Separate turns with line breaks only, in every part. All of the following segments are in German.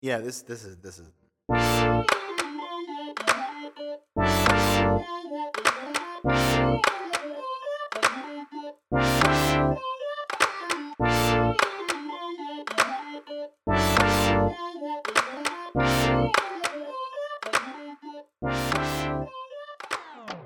Yeah, this this is this is
Sage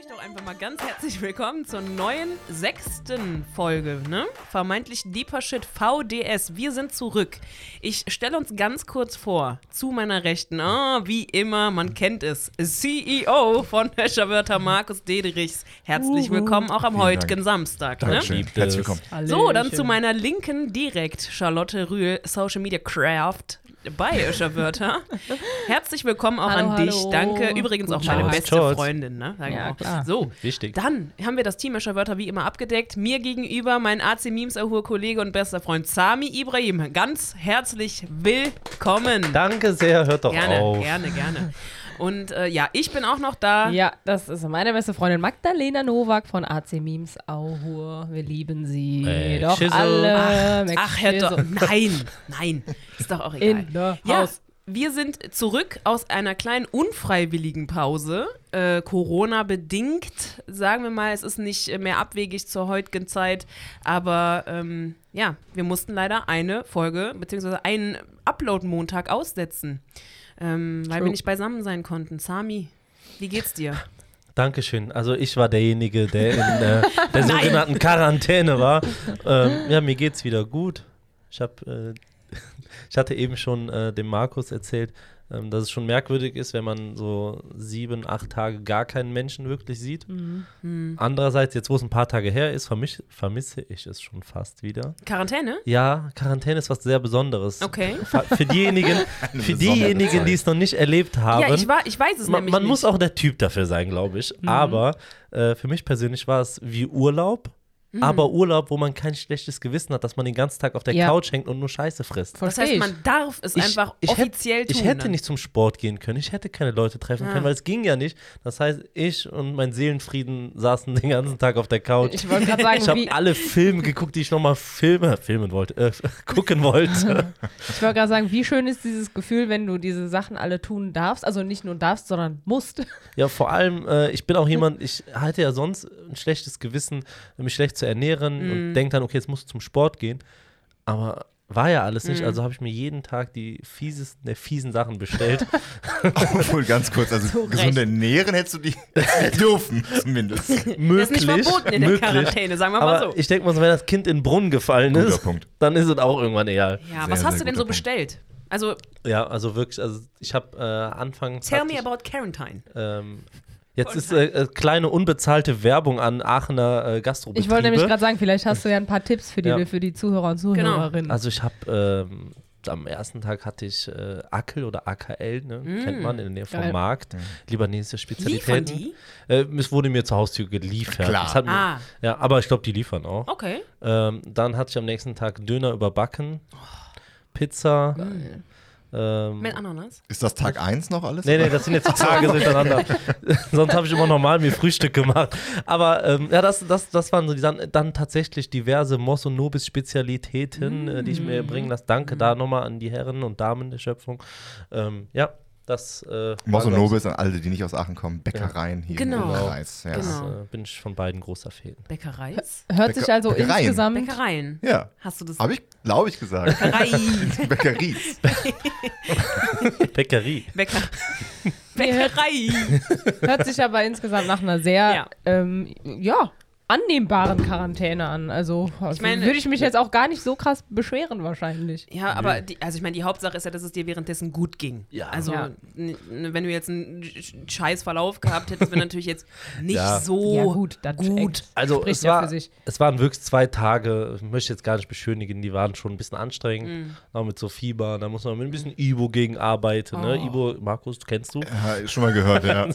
ich doch einfach mal ganz herzlich willkommen zur neuen sechsten Folge, ne? Vermeintlich Deeper Shit VDS. Wir sind zurück. Ich stelle uns ganz kurz vor, zu meiner Rechten, ah, wie immer, man kennt es, CEO von Escherwörter Markus Dederichs. Herzlich willkommen auch am heutigen
Dank.
Samstag, ne?
Dankeschön.
Liebt
Herzlich
es.
willkommen.
So, dann zu meiner Linken direkt Charlotte Rühl, Social Media Craft. Bayerischer Wörter. Herzlich willkommen auch
Hallo,
an
hallo.
dich. Danke. Übrigens auch
Guten
meine
Tag.
beste
Tschüss.
Freundin. Ne? Sag ich
Ja,
auch.
klar.
So,
Wichtig.
dann haben wir das Team Escher Wörter wie immer abgedeckt. Mir gegenüber mein AC Memes Ahur Kollege und bester Freund Sami Ibrahim. Ganz herzlich willkommen.
Danke sehr, hört doch
gerne,
auf.
gerne, gerne. Und äh, ja, ich bin auch noch da.
Ja, das ist meine beste Freundin Magdalena Nowak von AC Memes Auhur. Wir lieben sie.
Äh,
doch
Schüssel.
alle. Mac
Ach, Herr
Schüssel.
Dor Nein, nein. Ist doch auch egal.
In the
ja,
house.
wir sind zurück aus einer kleinen unfreiwilligen Pause. Äh, Corona bedingt, sagen wir mal, es ist nicht mehr abwegig zur heutigen Zeit. Aber ähm, ja, wir mussten leider eine Folge bzw. einen Upload-Montag aussetzen, ähm, weil wir
True.
nicht beisammen sein konnten. Sami, wie geht's dir?
Dankeschön. Also ich war derjenige, der in äh, der sogenannten Quarantäne war. Ähm, ja, mir geht's wieder gut. Ich hab, äh, ich hatte eben schon äh, dem Markus erzählt, ähm, dass es schon merkwürdig ist, wenn man so sieben, acht Tage gar keinen Menschen wirklich sieht.
Mhm.
Andererseits, jetzt wo es ein paar Tage her ist, vermisch, vermisse ich es schon fast wieder.
Quarantäne?
Ja, Quarantäne ist was sehr Besonderes.
Okay.
Fa- Für diejenigen,
besondere
für diejenigen
Zeit.
die es noch nicht erlebt haben.
Ja, ich, war, ich weiß es
man,
nämlich
man
nicht. Mhm.
muss auch der Typ dafür sein, glaube ich. Aber äh, für mich persönlich war es wie Urlaub,
Mhm.
aber Urlaub, wo man kein schlechtes Gewissen hat, dass man den ganzen Tag auf der
Ja.
Couch hängt und nur Scheiße frisst.
das
Versteh
heißt,
ich.
man darf es einfach offiziell
hätte,
tun. ne?
Ich hätte
dann.
nicht zum Sport gehen können, ich hätte keine Leute treffen
Ah.
können, weil es ging ja nicht. Das heißt, ich und mein Seelenfrieden saßen den ganzen Tag auf der Couch.
Ich wollte gerade sagen,
Ich
wie,
habe alle Filme geguckt, die ich nochmal filme, filmen wollte, äh, gucken wollte.
ich wollte gerade sagen, wie schön ist dieses Gefühl, wenn du diese Sachen alle tun darfst. Also nicht nur darfst, sondern musst.
Ja, vor allem, äh, ich bin auch jemand, ich halte ja sonst ein schlechtes Gewissen, mich schlecht zu ernähren
Mhm.
und denke dann, okay, jetzt musst du zum Sport gehen. Aber war ja alles
Mhm.
nicht, also habe ich mir jeden Tag die fiesesten der fiesen Sachen bestellt.
Obwohl, ganz kurz, also
Zu Recht.
gesunde Ernähren hättest du die dürfen, zumindest.
Das
möglich,
ist nicht verboten in der
möglich.
Quarantäne, sagen wir mal
Aber
so.
ich denke mal so, wenn das Kind in den Brunnen gefallen
Guter
ist,
Punkt.
dann ist es auch irgendwann egal.
Ja,
Sehr,
was hast
sehr
du denn
guter
so
Punkt.
bestellt? Also,
Ja, also wirklich, also ich habe äh, anfangs.
tell
hatte
me
ich,
about Quarantine.
ähm, Jetzt ist äh, äh, kleine unbezahlte Werbung an Aachener äh, Gastrobetriebe.
Ich wollte nämlich gerade sagen, vielleicht hast du ja ein paar Tipps für die,
Ja.
für die Zuhörer und
Genau. Hm.
Zuhörerinnen.
Also ich habe ähm, am ersten Tag hatte ich äh, Ackel oder AKL, ne? kennt man in der Nähe vom
Geil.
Markt, libanesische
Hm. Liefern
Spezialitäten.
die?
Äh, es wurde mir zur Haustür geliefert.
Klar.
Das hat mir,
Ah.
Ja, aber ich glaube, die liefern auch.
Okay.
Ähm, dann hatte ich am nächsten Tag Döner überbacken, Pizza. Ähm,
Oh. Mit Ananas?
Ist das Tag 1 noch alles?
Nee, nee, das sind jetzt die Tage hintereinander. Sonst habe ich immer normal mir Frühstück gemacht. Aber ähm, ja, das, das, das waren so die, dann, dann tatsächlich diverse Moss und Nobis-Spezialitäten, äh, die ich mir
Mm.
bringen lasse. Danke da nochmal an die Herren und Damen der Schöpfung. Ähm, ja, das. Äh,
Mosso
war, glaub
Nobis an alle, die nicht aus Aachen kommen, Bäckereien hier
Genau.
im Kreis. Ja.
ich,
Genau.
äh, bin ich von beiden großer Fan.
Bäckereien?
Hört sich
Bäcker-
also
Bäckereien.
insgesamt.
Bäckereien.
ja.
Hast du das?
Habe ich, glaube ich, gesagt.
Bäckerei.
Bäckeries.
Bäckerie.
Bäcker Bäckerei.
Hört sich aber insgesamt nach einer sehr,
Ja.
ja, ähm, ja annehmbaren Quarantäne an. Also ich
meine- ne-
würde ich mich jetzt auch gar nicht so krass beschweren wahrscheinlich.
Ja, aber die, also ich meine, die Hauptsache ist ja, dass es dir währenddessen gut ging.
Ja.
Also
Ja.
n- n- wenn du jetzt einen sch- scheiß Verlauf gehabt hättest, wäre natürlich jetzt nicht
Ja.
so
ja Oh, gut, dann
gut.
Also
spricht
es,
ja
war,
für sich.
es waren wirklich zwei Tage, ich möchte jetzt gar nicht beschönigen, die waren schon ein bisschen anstrengend.
Mm.
Auch mit so Fieber, da muss man mit ein bisschen Ibo gegen arbeiten. Ne?
Oh.
Ibo, Markus, kennst du?
Ja, schon mal gehört, ja.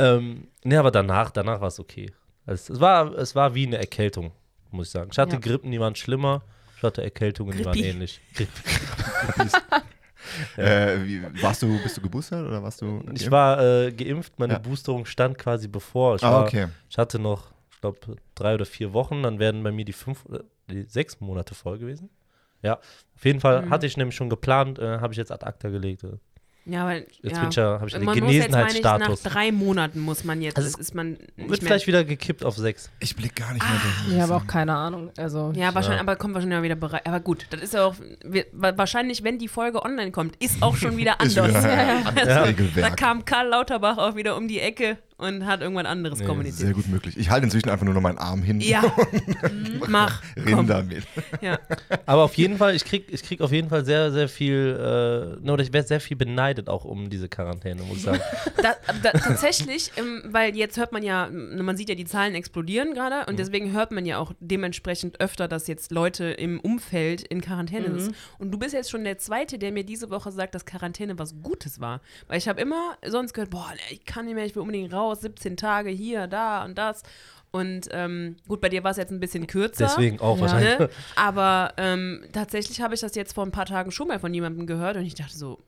ähm, nee, aber danach, danach war es okay. Es, es, war, es war wie eine Erkältung, muss ich sagen. Ich hatte
Ja.
Grippen, die waren schlimmer. Ich hatte Erkältungen, die waren
Grippi.
ähnlich. Gripp-
äh, wie, warst du, bist du geboostert oder warst du?
Ich war äh, geimpft, meine
Ja.
Boosterung stand quasi bevor. Ich,
Ah,
war,
okay.
ich hatte äh, noch, ich glaube, drei oder vier Wochen, dann werden bei mir die fünf, oder die sechs Monate voll gewesen. Ja, auf jeden Fall hatte ich nämlich schon geplant, äh, habe ich jetzt ad acta gelegt. äh.
Ja, weil.
Jetzt
ja.
bin ich ja- hab ich ja den
man muss jetzt, meine ich, nach
Genesenheitsstatus.
drei Monaten muss man jetzt.
Also
Also ist man
Wird
nicht mehr,
vielleicht wieder gekippt auf sechs.
Ich blick gar nicht
Ah,
mehr durch.
Ich habe auch keine Ahnung. Also,
ja, wahrscheinlich, aber kommt wahrscheinlich auch wieder bereit. Aber gut, das ist ja auch. Wir, wa- wahrscheinlich, wenn die Folge online kommt, ist auch schon wieder
Ist wieder
anders.
ein anderes
Ja.
Da
Regelwerk.
kam Karl Lauterbach auch wieder um die Ecke und hat irgendwann anderes kommuniziert.
Sehr gut möglich. Ich halte inzwischen einfach nur noch meinen Arm hin.
Ja, mach.
Reden
Komm.
damit.
Ja.
Aber auf jeden Fall, ich krieg, ich krieg auf jeden Fall sehr, sehr viel, äh, ne, oder ich werde sehr viel beneidet auch um diese Quarantäne, muss ich sagen.
Da, da, tatsächlich, ähm, weil jetzt hört man ja, ähm, man sieht ja, die Zahlen explodieren gerade und deswegen hört man ja auch dementsprechend öfter, dass jetzt Leute im Umfeld in Quarantäne
Mhm.
sind. Und du bist jetzt schon der Zweite, der mir diese Woche sagt, dass Quarantäne was Gutes war. Weil ich habe immer sonst gehört, boah, ne, ich kann nicht mehr, ich will unbedingt raus, 17 Tage hier, da und das. Und ähm, gut, bei dir war es jetzt ein bisschen kürzer.
Deswegen auch
Ja.
wahrscheinlich.
Ne? Aber ähm, tatsächlich habe ich das jetzt vor ein paar Tagen schon mal von jemandem gehört und ich dachte so,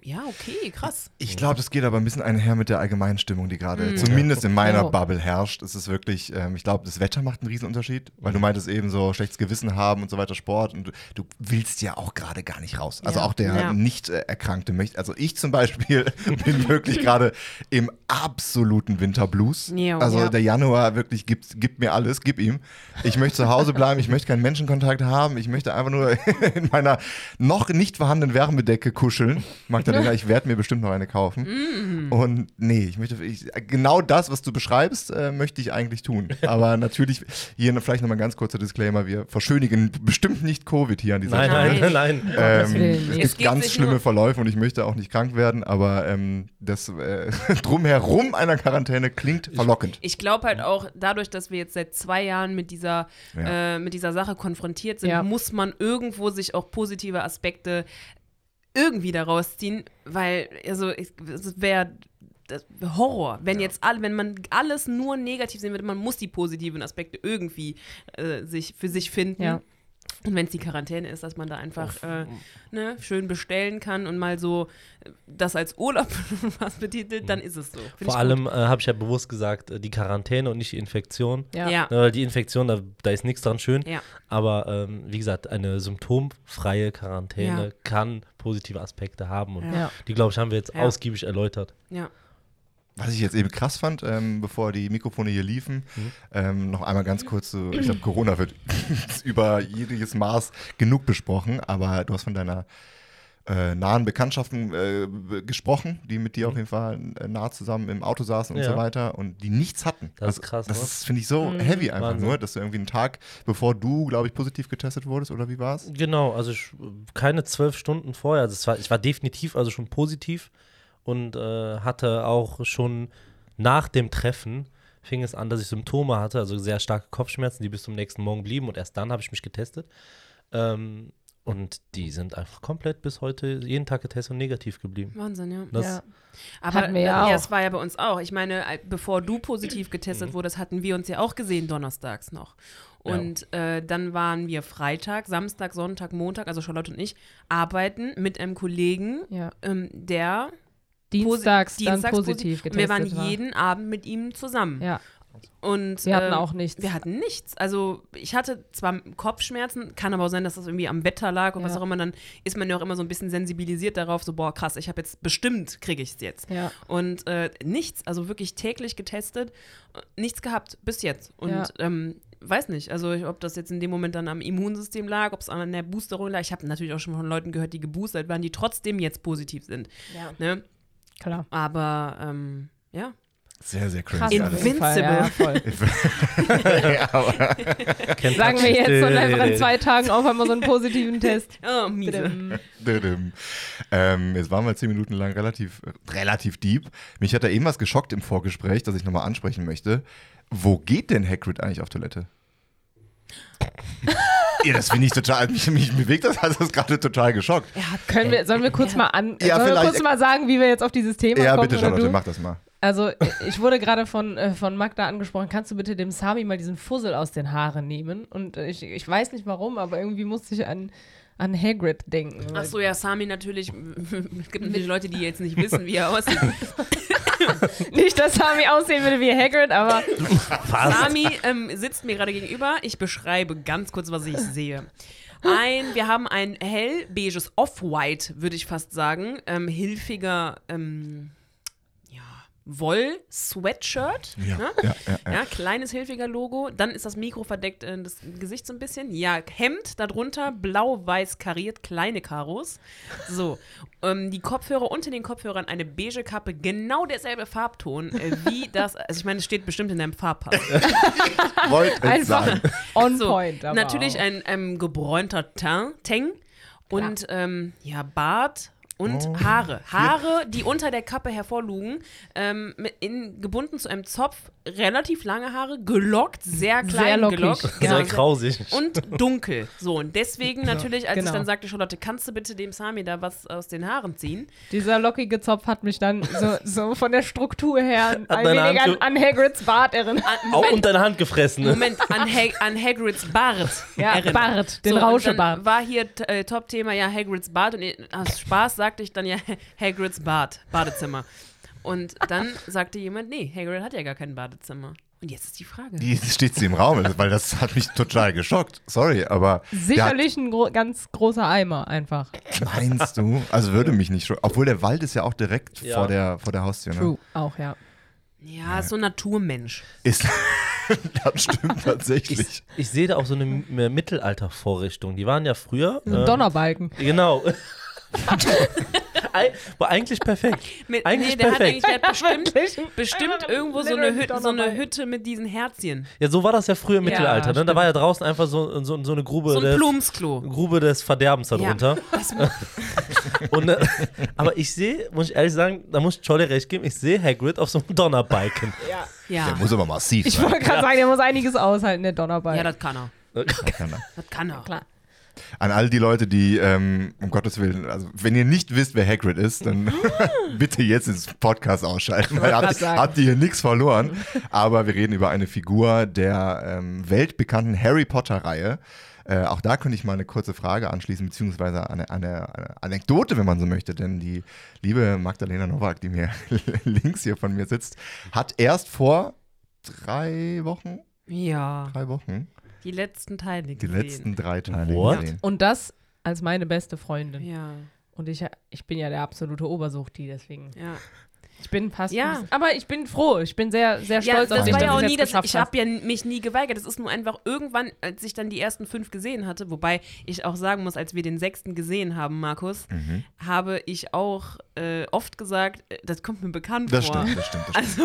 ja, okay, krass.
Ich glaube, das geht aber ein bisschen einher mit der allgemeinen Stimmung, die gerade
Hm.
zumindest in meiner
Oh.
Bubble herrscht. Es ist wirklich, ähm, ich glaube, das Wetter macht einen Riesenunterschied, weil du meintest eben so schlechtes Gewissen haben und so weiter, Sport und du, du willst ja auch gerade gar nicht raus. Also
Ja.
auch der
Ja.
nicht äh, Erkrankte möchte, also ich zum Beispiel bin wirklich gerade im absoluten Winterblues.
Jo.
also
Ja.
der Januar wirklich gibt, gibt mir alles, gib ihm. Ich möchte zu Hause bleiben, ich möchte keinen Menschenkontakt haben, ich möchte einfach nur in meiner noch nicht vorhandenen Wärmedecke kuscheln. Magdalena, ich werde mir bestimmt noch eine
Mm.
kaufen. Und nee, ich möchte ich, genau das, was du beschreibst, äh, möchte ich eigentlich tun. Aber natürlich, hier noch- vielleicht nochmal ein ganz kurzer Disclaimer, wir verschönigen bestimmt nicht Covid hier an dieser
Nein,
Stelle.
nein, nein,
Nein.
nein. Äh,
Gottes
Ähm,
Willen.
es
Es
gibt
geht
ganz
sich
schlimme
nur-
Verläufe und ich möchte auch nicht krank werden, aber ähm, das äh, drumherum einer Quarantäne klingt verlockend.
Ich glaube halt auch, dadurch, dass wir jetzt seit zwei Jahren mit dieser,
Ja.
äh, mit dieser Sache konfrontiert sind,
Ja.
muss man irgendwo sich auch positive Aspekte irgendwie daraus ziehen, weil also ich- es wäre Horror, wenn jetzt alle, wenn man alles nur negativ sehen würde, man muss die positiven Aspekte irgendwie äh, sich für sich finden.
Ja.
Und wenn es die Quarantäne ist, dass man da einfach äh, ne, schön bestellen kann und mal so äh, das als Urlaub was betitelt, dann ist es so. Find ich gut.
Mhm. Vor allem äh, habe ich ja bewusst gesagt, äh, die Quarantäne und nicht die Infektion.
ja.
ja.
Ne, weil die Infektion, da, da ist nichts dran schön.
Ja.
Aber ähm, wie gesagt, eine symptomfreie Quarantäne
Ja.
kann positive Aspekte haben. Und
Ja.
die, glaube ich, haben wir jetzt
Ja.
ausgiebig erläutert.
Ja.
Was ich jetzt eben krass fand, ähm, bevor die Mikrofone hier liefen,
Mhm.
ähm, noch einmal ganz kurz, so, ich glaube, Corona wird über jedes Maß genug besprochen, aber du hast von deiner äh, nahen Bekanntschaften äh, b- gesprochen, die mit dir auf jeden Fall äh, nah zusammen im Auto saßen und
Mhm. Ja.
so weiter und die nichts hatten. Also,
Das ist krass,
Das
ne?
ist, finde ich, so heavy einfach
Wahnsinn.
nur, dass du irgendwie einen Tag, bevor du, glaube ich, positiv getestet wurdest, oder wie war's?
Genau, also ich, keine zwölf Stunden vorher. Also es war, ich war definitiv also schon positiv und äh, hatte auch schon nach dem Treffen fing es an, dass ich Symptome hatte, also sehr starke Kopfschmerzen, die bis zum nächsten Morgen blieben und erst dann habe ich mich getestet. Ähm, und die sind einfach komplett bis heute jeden Tag getestet und negativ geblieben.
Wahnsinn, ja.
Das,
Ja.
Aber
Hatten wir ja
äh,
auch. Mhm.
es war ja bei uns auch. Ich meine, äh, bevor du positiv getestet wurdest, hatten wir uns ja auch gesehen donnerstags noch. Und äh, dann waren wir Freitag, Samstag, Sonntag, Montag, also Charlotte und ich, arbeiten mit einem Kollegen,
Ja.
ähm, der posi-
Dienstags, dann
dienstags
positiv
Und
getestet.
Wir waren
war.
jeden Abend mit ihm zusammen.
Ja,
Und,
wir hatten
ähm,
auch nichts.
Wir hatten nichts. Also ich hatte zwar Kopfschmerzen, kann aber auch sein, dass das irgendwie am Wetter lag und
Ja.
was auch immer. Dann ist man ja auch immer so ein bisschen sensibilisiert darauf, so boah krass, ich habe jetzt bestimmt kriege ich es jetzt.
Ja.
Und äh, nichts, also wirklich täglich getestet, äh, nichts gehabt bis jetzt. Und
Ja.
ähm, weiß nicht, also ich, ob das jetzt in dem Moment dann am Immunsystem lag, ob es an der Boosterung lag. Ich habe natürlich auch schon von Leuten gehört, die geboostert waren, die trotzdem jetzt positiv sind.
ja,
Ne?
klar.
Aber ähm, ja,
Sehr, sehr
Krass.
crazy.
In-
auf
alles.
jeden Fall, Ja, voll.
ja, aber
Kennt
Sagen wir
man.
jetzt und einfach in zwei Tagen auf einmal so einen positiven Test.
oh, miese.
Dödüm. Ähm, jetzt waren wir zehn Minuten lang relativ, relativ deep. Mich hat da eben was geschockt im Vorgespräch, das ich nochmal ansprechen möchte. Wo geht denn Hagrid eigentlich auf Toilette? ja, das finde ich total, mich, mich bewegt das, hat das gerade total geschockt.
Er hat
Können wir, sollen wir kurz mal an,
Ja,
sollen wir
vielleicht-
kurz mal sagen, wie wir jetzt auf dieses Thema
Ja,
kommen?
bitte
oder
Charlotte,
du?
mach das mal.
Also, ich wurde gerade von, äh, von Magda angesprochen. Kannst du bitte dem Sami mal diesen Fussel aus den Haaren nehmen? Und äh, ich, ich weiß nicht warum, aber irgendwie musste ich an, an Hagrid denken.
Ach so, ja, Sami natürlich. Es gibt natürlich Leute, die jetzt nicht wissen, wie er aussieht.
Nicht, dass Sami aussehen würde wie Hagrid, aber
Fast. Also-
Sami ähm, sitzt mir gerade gegenüber. Ich beschreibe ganz kurz, was ich sehe. Ein, wir haben ein hellbeiges Off-White, würde ich fast sagen, ähm, hilfiger ähm, ja, Woll-Sweatshirt.
Ja,
Ne?
ja, ja, ja.
Ja, kleines hilfiger Logo. Dann ist das Mikro verdeckt, äh, das Gesicht so ein bisschen. Ja, Hemd darunter, blau-weiß kariert, kleine Karos. So, ähm, die Kopfhörer unter den Kopfhörern eine beige Kappe, genau derselbe Farbton äh, wie das. Also ich meine, es steht bestimmt in deinem Farbpass.
Wollte es
Einfach
sagen.
on
So,
point. Aber
natürlich
auch.
ein ähm, gebräunter Teint, Teng und ähm, ja, Bart und
Oh.
Haare. Haare, die unter der Kappe hervorlugen, ähm, mit- in, gebunden zu einem Zopf, relativ lange Haare, gelockt, sehr klein
lockig,
gelockt.
ja.
Sehr
sehr-
grausig.
und dunkel. So, und deswegen natürlich, als
genau.
ich dann sagte, Charlotte, kannst du bitte dem Sami da was aus den Haaren ziehen?
Dieser lockige Zopf hat mich dann so, so von der Struktur her ein
deine
wenig an,
Handschuhe-
an Hagrids Bart erinnert.
An,
Au,
Moment,
und deine Hand gefressen. ne?
Moment, an, Hag an Hagrids Bart.
Ja,
erinnert.
Bart, den
und
Rauschebart.
Dann war hier t- äh, Top-Thema, ja, Hagrids Bart. Und ihr- aus Spaß sagte ich dann ja Hagrids Bad, Badezimmer. Und dann sagte jemand, nee, Hagrid hat ja gar kein Badezimmer. Und jetzt ist die Frage.
Die steht sie im Raum, Also, weil das hat mich total geschockt. Sorry, aber. der
Sicherlich ein gro ganz großer Eimer einfach.
Hat, meinst du? Also würde mich nicht schon. Obwohl der Wald ist ja auch direkt
Ja.
Vor, der, vor der Haustür. Ne?
True, auch ja.
ja, ist so ein Naturmensch.
Ist, das stimmt tatsächlich.
Ich, ich sehe da auch so eine M- äh, Mittelaltervorrichtung. Die waren ja früher.
So ein
ähm,
Donnerbalken.
Genau. Ei- War eigentlich perfekt.
Mit,
Eigentlich
der hat eigentlich
perfekt.
der hat
Wirklich?
bestimmt, bestimmt
Einfach
irgendwo so eine,
literally
Hütte, so eine
Donnerbalken.
Hütte mit diesen Herzchen.
Ja, so war das ja früher im
Ja,
Mittelalter. Ne? Da
stimmt.
war ja draußen einfach so, so, so eine Grube.
So ein
des-
Plumpsklo.
Grube des Verderbens
Ja.
darunter. Und, äh, aber ich sehe, muss ich ehrlich sagen, da muss ich Jolly recht geben, ich sehe Hagrid auf so einem Donnerbiken.
Der
Ja,
muss aber massiv
Ich
sein.
wollte gerade sagen, der muss einiges aushalten, der Donnerbalken.
ja das kann er.
Keiner.
Das kann er.
Klar.
An all die Leute, die, ähm, um Gottes Willen, also wenn ihr nicht wisst, wer Hagrid ist, dann bitte jetzt ins Podcast ausschalten, weil
Mhm. grad
habt,
sagen.
habt ihr hier nichts verloren. Aber wir reden über eine Figur der ähm, weltbekannten Harry Potter-Reihe. Äh, auch da könnte ich mal eine kurze Frage anschließen, beziehungsweise eine, eine, eine Anekdote, wenn man so möchte. Denn die liebe Magdalena Nowak, die mir links hier von mir sitzt, hat erst vor drei Wochen,
Ja,
drei Wochen,
die letzten Teile
die
gesehen.
letzten drei Teile
What?
gesehen.
Und das als meine beste Freundin.
Ja,
Und ich, ich bin ja der absolute Obersuchti, deswegen.
ja.
Ich bin fast.
Ja.
ein bisschen- Aber ich bin froh. Ich bin sehr, sehr stolz auf
das
dich,
war
dass
ja auch
du es
nie,
jetzt
dass
geschafft
ich
hast.
habe ja mich nie geweigert. Es ist nur einfach irgendwann, als ich dann die ersten fünf gesehen hatte, wobei ich auch sagen muss, als wir den sechsten gesehen haben, Markus,
Mhm.
habe ich auch äh, oft gesagt, äh, das kommt mir bekannt
Das
vor.
stimmt, das stimmt, das stimmt.
Also,
Äh,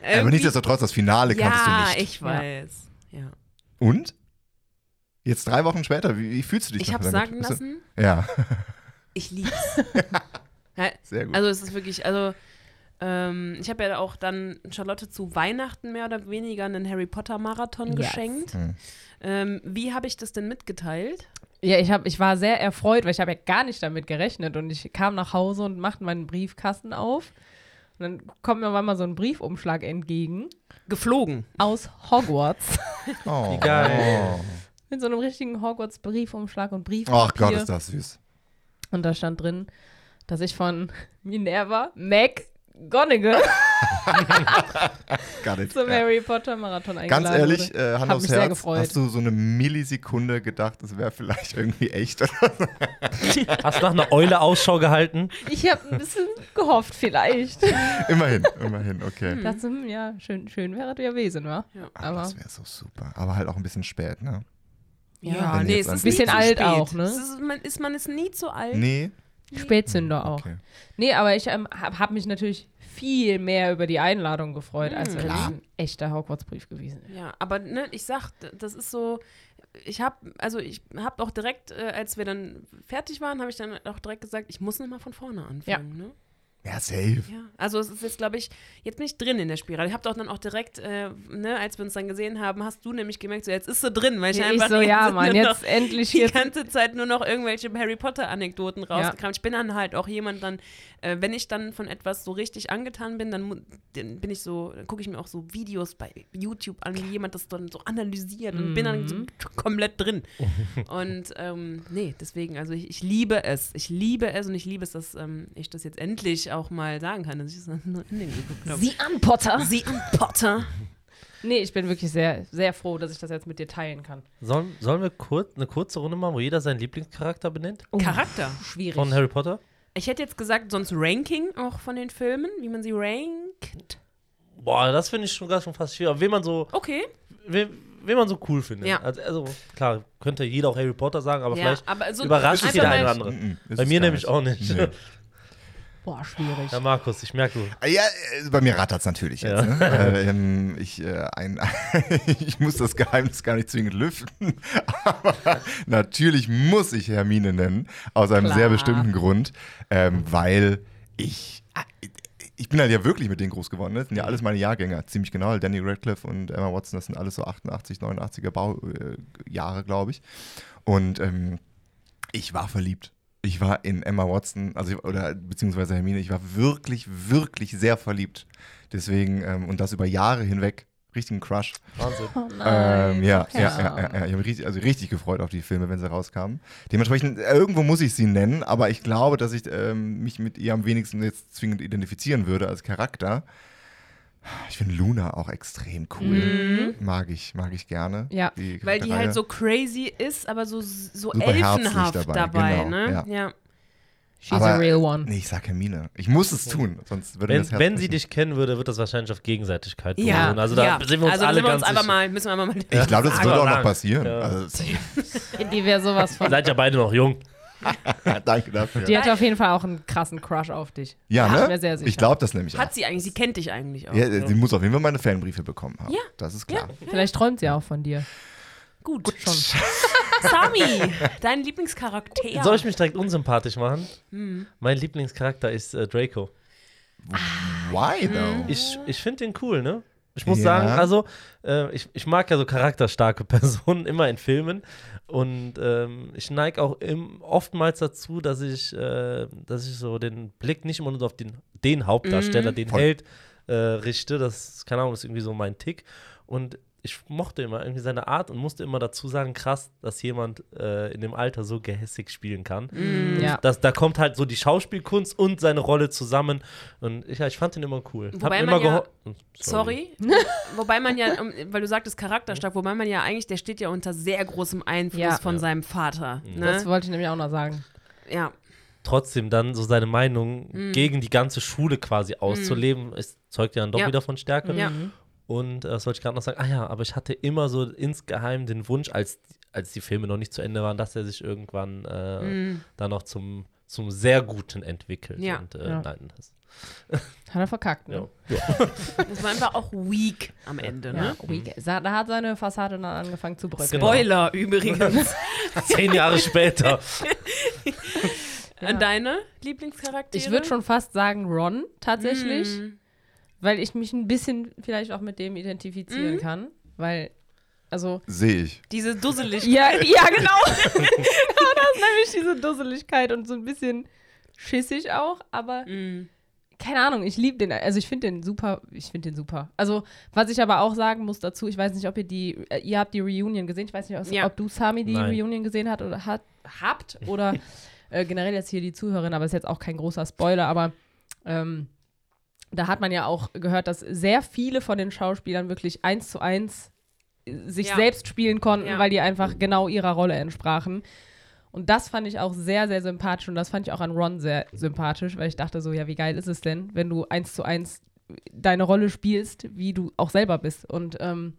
Aber
irgendwie-
nichtsdestotrotz, das Finale kanntest
ja,
du nicht.
ich weiß. Ja.
Und? Jetzt drei Wochen später, wie, wie fühlst du dich
Ich
noch
habe
damit?
sagen
Bist du-
lassen,
Ja,
ich lieb's. ja,
sehr gut.
Also es ist wirklich, also ähm, ich habe ja auch dann Charlotte zu Weihnachten mehr oder weniger einen Harry Potter Marathon
Yes.
geschenkt.
Hm.
Ähm, wie habe ich das denn mitgeteilt?
Ja, ich, hab, ich war sehr erfreut, weil ich habe ja gar nicht damit gerechnet. Und ich kam nach Hause und machte meinen Briefkasten auf. Und dann kommt mir auf einmal so ein Briefumschlag entgegen
Geflogen.
aus Hogwarts.
oh.
geil.
Mit so einem richtigen Hogwarts-Briefumschlag und Briefpapier.
Ach Gott, ist das süß.
Und da stand drin, dass ich von Minerva McGonagall
Got it.
zum
Ja.
Harry Potter Marathon eingeladen
Ganz ehrlich,
wurde.
äh, Hand
Hab
aufs
mich sehr
Herz,
gefreut.
hast du so eine Millisekunde gedacht, das wäre vielleicht irgendwie echt? oder?
Hast nach einer Eule Ausschau gehalten?
Ich habe ein bisschen gehofft vielleicht.
immerhin, immerhin, okay.
dachte, so, hm, ja, schön, schön wäre das gewesen, wa?
Ja.
Ah,
Aber
das wäre so super. Aber halt auch ein bisschen spät, ne?
Ja,
wenn
nee,
jetzt
es
ein
ist
bisschen
nie zu
alt
spät.
auch, ne?
Es ist, man, ist man ist nie zu alt.
Nee?
Spätzünder auch.
Okay.
Nee, aber ich ähm, habe hab mich natürlich viel mehr über die Einladung gefreut, als wenn es ein echter Hogwarts-Brief gewesen wäre.
Ja, aber ne, ich sag, d- das ist so. Ich habe, also ich habe auch direkt, äh, als wir dann fertig waren, habe ich dann auch direkt gesagt, ich muss nochmal von vorne anfangen. Ne?
Ja, safe.
Ja, also es ist jetzt, glaube ich, jetzt bin ich drin in der Spirale. Ich habe doch dann auch direkt, äh, ne, als wir uns dann gesehen haben, hast du nämlich gemerkt, so jetzt ist sie drin, weil ich
Ich
einfach
so, ja,
nur
Mann,
noch
jetzt endlich
die
hier.
ganze Zeit nur noch irgendwelche Harry Potter Anekdoten rausgekramt. Ich bin dann halt auch jemand dann, äh, wenn ich dann von etwas so richtig angetan bin, dann, mu- dann bin ich so, dann gucke ich mir auch so Videos bei YouTube an, wie jemand das dann so analysiert und bin dann so komplett drin. Und ähm, nee, deswegen, also ich, ich liebe es. Ich liebe es und ich liebe es, dass ähm, ich das jetzt endlich auch mal sagen kann, dass ich das nur in den geguckt habe.
Sie an, Potter!
Sie und Potter.
Nee, ich bin wirklich sehr, sehr froh, dass ich das jetzt mit dir teilen kann.
Sollen, sollen wir kurz, eine kurze Runde machen, wo jeder seinen Lieblingscharakter benennt?
Oh,
Oh.
Charakter.
Schwierig.
Von Harry Potter?
Ich hätte jetzt gesagt, sonst Ranking auch von den Filmen, wie man sie rankt.
Boah, das finde ich schon ganz schon fast schwierig. Aber wen man so,
Okay.
wen, wen man so cool findet.
Ja.
Also, also klar, könnte jeder auch Harry Potter sagen, aber
Ja,
vielleicht
aber so
überrascht
einfach
es jeder
mal-
eine oder andere.
Mhm, ist
Bei
es
mir
gar
nämlich auch nicht.
Nee.
Boah, schwierig.
Ja, Markus, ich merke du.
Ja, äh, bei mir rattert es natürlich jetzt.
Ja.
Ne? Äh, ähm, ich, äh, ein, ich muss das Geheimnis gar nicht zwingend lüften, aber natürlich muss ich Hermine nennen, aus einem
Klar.
sehr bestimmten Grund, ähm, weil ich, ich bin halt ja wirklich mit denen groß geworden. ne? Das sind ja alles meine Jahrgänger, ziemlich genau. Danny Radcliffe und Emma Watson, das sind alles so 88, 89er Bau, äh, Jahre, glaube ich. Und ähm, ich war verliebt. Ich war in Emma Watson, also ich- oder beziehungsweise Hermine, ich war wirklich, wirklich sehr verliebt. Deswegen, ähm, und das über Jahre hinweg, richtigen Crush.
Wahnsinn.
Oh
Ah,
nein.
Ähm, ja,
okay.
ja, ja, ja, ja. Ich habe mich richtig, also richtig gefreut auf die Filme, wenn sie rauskamen. Dementsprechend, äh, irgendwo muss ich sie nennen, aber ich glaube, dass ich ähm, mich mit ihr am wenigsten jetzt zwingend identifizieren würde als Charakter. Ich finde Luna auch extrem cool. Mag ich, mag ich gerne.
Ja,
Weil die halt
Charakterreihe.
so crazy ist, aber so, so
Super herzlich
elfenhaft dabei,
dabei, genau,
ne? Ja.
She's a
aber-
real one.
Nee, ich sag Hermine. Ich muss es tun, sonst würde mir
Wenn,
das Herz
wenn sie
brechen.
dich kennen würde, wird das wahrscheinlich auf Gegenseitigkeit
Ja.
beruhen. Also da
ja.
sind wir uns
also, da
alle
sind wir uns
ganz
einfach
sicher.
mal, müssen wir einfach mal.
Ich glaube, das würde auch noch
Sagen.
passieren.
Ja.
Also, safe.
Die wäre sowas
Ihr
von.
seid ja beide noch jung.
danke dafür.
Die hat auf jeden Fall auch einen krassen Crush auf dich.
Ja,
Bin ich
ne?
mir sehr sicher.
ich glaube das nämlich auch.
Hat sie eigentlich, sie kennt dich eigentlich auch.
Ja, sie muss auf jeden Fall meine Fanbriefe bekommen haben.
Ja.
Das ist klar.
Vielleicht träumt sie auch von dir.
Gut. Schon. Ah, Sami, dein Lieblingscharakter.
Soll ich mich direkt unsympathisch machen?
Hm.
Mein Lieblingscharakter ist äh, Draco.
Why though?
Ich, ich finde den cool, ne? Ich muss
Ja.
sagen, also, äh, ich, ich mag ja so charakterstarke Personen immer in Filmen. Und ähm, ich neige auch im, oftmals dazu, dass ich, äh, dass ich so den Blick nicht immer nur auf den, den Hauptdarsteller, den
Voll.
Held äh, richte. Das, keine Ahnung, ist irgendwie so mein Tick. Und ich mochte immer irgendwie seine Art und musste immer dazu sagen, krass, dass jemand äh, in dem Alter so gehässig spielen kann.
Mm, Ja.
Das, da kommt halt so die Schauspielkunst und seine Rolle zusammen. Und ich, ja, ich fand ihn immer cool. Hab
Wobei
mir
man
immer
ja-
geho- Hm,
Sorry. wobei man ja, ähm, weil du sagtest charakterstark, wobei man ja eigentlich, der steht ja unter sehr großem Einfluss
Ja.
von
Ja. Mhm.
seinem Vater.
Das
Ne?
wollte ich nämlich auch noch sagen.
Ja.
Trotzdem dann so seine Meinung
Hm.
gegen die ganze Schule quasi auszuleben, ist, zeugt ja dann doch
Ja.
wieder von Stärke.
Ja.
Und äh, das wollte ich gerade noch sagen, ah ja, aber ich hatte immer so insgeheim den Wunsch, als, als die Filme noch nicht zu Ende waren, dass er sich irgendwann äh,
Mhm.
dann noch zum, zum sehr Guten entwickelt.
Hm. Ja.
Und, äh,
Ja.
Nein, das,
Hat er verkackt,
ja.
ne?
Das war einfach auch weak am Ende, ne?
Weak. Sa- Da hat seine Fassade dann angefangen zu bröckeln.
Genau.
Spoiler übrigens.
Zehn Jahre später.
An Deine Lieblingscharaktere?
Ich würde schon fast sagen Ron tatsächlich,
Mhm.
weil ich mich ein bisschen vielleicht auch mit dem
Mhm.
identifizieren kann, weil also
Sehe ich.
Diese Dusseligkeit.
ja, ja genau. ja, das ist nämlich diese Dusseligkeit und so ein bisschen schissig auch, aber
Mhm.
keine Ahnung, ich liebe den, also ich finde den super, ich finde den super. Also, was ich aber auch sagen muss dazu, ich weiß nicht, ob ihr die äh, ihr habt die Reunion gesehen, ich weiß nicht, ob,
Ja.
ob du Sami die
Nein.
Reunion gesehen hat oder hat habt oder äh, generell jetzt hier die Zuhörerin, aber ist jetzt auch kein großer Spoiler, aber ähm, da hat man ja auch gehört, dass sehr viele von den Schauspielern wirklich eins zu eins äh, sich
Ja.
selbst spielen konnten,
Ja.
weil die einfach genau ihrer Rolle entsprachen. Und das fand ich auch sehr, sehr sympathisch und das fand ich auch an Ron sehr sympathisch, weil ich dachte so, ja, wie geil ist es denn, wenn du eins zu eins deine Rolle spielst, wie du auch selber bist. Und ähm,